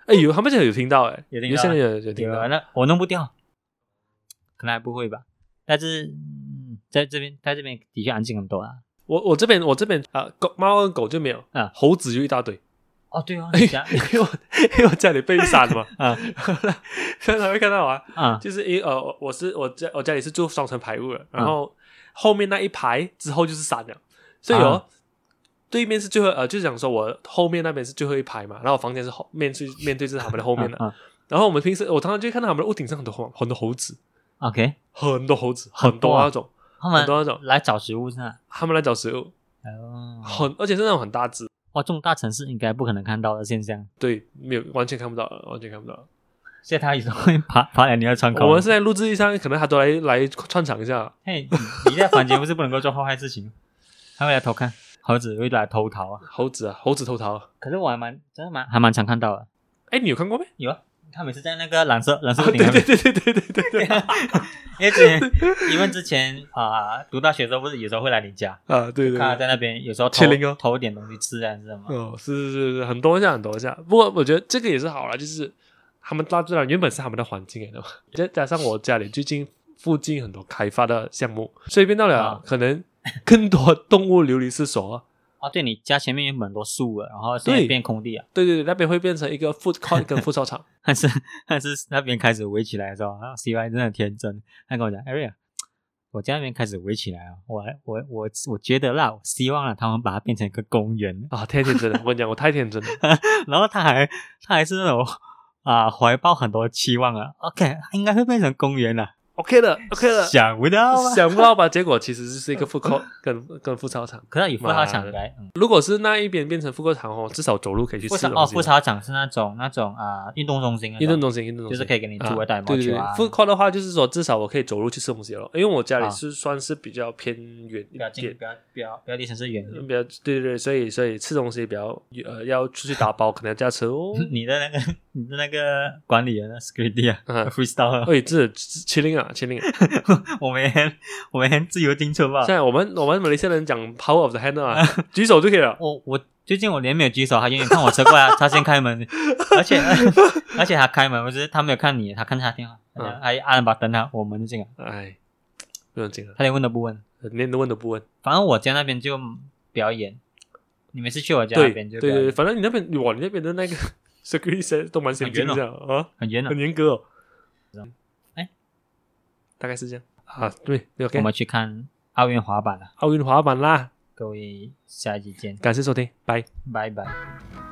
Speaker 3: 哎有他们这有听到哎，
Speaker 2: 有听到
Speaker 3: 有些人有有听
Speaker 2: 有
Speaker 3: 到
Speaker 2: 啊，，那我弄不掉，可能还不会吧。但是、嗯在这边，在这边的确安静很多啊。
Speaker 3: 我我这边我这边啊、呃狗猫跟狗就没有，
Speaker 2: 啊
Speaker 3: 猴子就一大堆。
Speaker 2: 哦，对哦，
Speaker 3: 哎
Speaker 2: 你讲
Speaker 3: 因为我因为我家里被闪 了嘛，
Speaker 2: 啊
Speaker 3: 所以才会看到我啊。
Speaker 2: 啊
Speaker 3: 就是因为呃，我我是我家我家里是住双层排屋的，然后后面那一排之后就是山了，所以哦，
Speaker 2: 嗯啊
Speaker 3: 对面是最后呃，就是讲说我后面那边是最后一排嘛，然后我房间是后面对面对是他们的后面的，
Speaker 2: 啊啊
Speaker 3: 然后我们平时我常常就看到他们的屋顶上很多猴很多猴子，
Speaker 2: ，OK，
Speaker 3: 很多猴子，
Speaker 2: 很
Speaker 3: 很
Speaker 2: 多
Speaker 3: 多
Speaker 2: 啊
Speaker 3: 那种，
Speaker 2: 他
Speaker 3: 很
Speaker 2: 们
Speaker 3: 多那种，
Speaker 2: 来找食物是吧？
Speaker 3: 他们来找食物，
Speaker 2: 哦，
Speaker 3: 很而且是那种很大只，
Speaker 2: 哇，这种大城市应该不可能看到的现象。
Speaker 3: 对，没有完全看不到，完全看不到。
Speaker 2: 所以他有时候会爬 爬在你的窗口。
Speaker 3: 我们是在录制上，可能他都来来串场一下，
Speaker 2: 嘿，你你在房间不是不能够做坏坏事 情，他会来偷看，猴子会来偷桃啊。
Speaker 3: 猴子啊，猴子偷桃。
Speaker 2: 可是我还蛮真的蛮还蛮常看到的，
Speaker 3: 哎，你有看过没？
Speaker 2: 有啊，他每次在那个蓝色蓝色
Speaker 3: 啊，
Speaker 2: 屋
Speaker 3: 对
Speaker 2: 顶
Speaker 3: 对
Speaker 2: 上面，
Speaker 3: 对对对对对对。
Speaker 2: 因为之前因为之前啊、读大学的时候不是有时候会来你家，
Speaker 3: 啊，对对
Speaker 2: 看他
Speaker 3: 对。
Speaker 2: 在那边有时候偷
Speaker 3: 切零哦
Speaker 2: 偷点东西吃啊，你知道吗？
Speaker 3: 哦，是是是是，很多下很多下。不过我觉得这个也是好啦，就是他们大自然原本是他们的环境来的嘛，再加上我家里最近附近很多开发的项目，所以变到了
Speaker 2: 啊
Speaker 3: 可能更多动物流离失所啊。
Speaker 2: 哦，对，你家前面原本很多树啊，然后现在
Speaker 3: 对
Speaker 2: 变空地啊，
Speaker 3: 对对对，那边会变成一个 food court 跟副操场。
Speaker 2: 但是 但是那边开始围起来的时候，然后 CY 真的很天真，他跟我讲，Area，我家那边开始围起来啊，我我我我觉得啦，我希望啊他们把它变成一个公园，
Speaker 3: 啊，太天真了！我跟你讲，我太天真了。
Speaker 2: 然后他还他还是那种啊、怀抱很多期望啊，OK，应该会变成公园了，
Speaker 3: OK 了，OK 了，
Speaker 2: 想不到啊。
Speaker 3: 想不到吧？结果其实就是一个 food court 跟跟副操场。
Speaker 2: 可是以富豪场
Speaker 3: 妈的
Speaker 2: 来，嗯，
Speaker 3: 如果是那一边变成复购场哦，至少走路可以去
Speaker 2: 富
Speaker 3: 吃
Speaker 2: 超哦，
Speaker 3: 东西啊
Speaker 2: 富
Speaker 3: 了。
Speaker 2: 豪场是那种那种啊、运动中心那种，
Speaker 3: 运动中心，运动中
Speaker 2: 就
Speaker 3: 心
Speaker 2: 是可以给你租个打羽毛
Speaker 3: 对对
Speaker 2: 球
Speaker 3: 对
Speaker 2: 啊，
Speaker 3: ，food court 的话，就是说至少我可以走路去吃东西了，因为我家
Speaker 2: 啊
Speaker 3: 里是算是比较偏远一
Speaker 2: 不要近，
Speaker 3: 点，嗯
Speaker 2: 不要不要不要离城市远一点。
Speaker 3: 比较对对对，所以所以吃东西比较呃要出去打包，可能要驾车 哦。
Speaker 2: 你的那个你的那个管理员的 security 啊、
Speaker 3: 嗯
Speaker 2: f r e e s t y l e
Speaker 3: 哎，这麒麟啊，麒麟！
Speaker 2: 我每天 我每天自由进出吧
Speaker 3: 现。在我们我们马来西亚人讲 power of the hand 啊，举手就可 以了。
Speaker 2: 我我最近我连没有举手，他远远看我车过来， 他先开门，而且 而且他开门，不是他没有看你，他看他电话，
Speaker 3: 嗯
Speaker 2: 还按了把灯啊，我们就进来，
Speaker 3: 哎，不用紧了，
Speaker 2: 他连问都不问。
Speaker 3: 连问都不问。
Speaker 2: 反正我家那边就表演，你每次去我家那
Speaker 3: 对
Speaker 2: 边
Speaker 3: 对
Speaker 2: 就表演
Speaker 3: 对，反正你那边哇，你那边的那个 security set 都蛮先进
Speaker 2: 很
Speaker 3: 的啊，
Speaker 2: 很远哦了
Speaker 3: 很。严格哦。
Speaker 2: 哎，
Speaker 3: 大概是这样啊。对，OK，
Speaker 2: 我们去看奥运滑板了，
Speaker 3: 奥运滑板啦，
Speaker 2: 各位下一集见，
Speaker 3: 感谢收听，拜。
Speaker 2: 拜拜。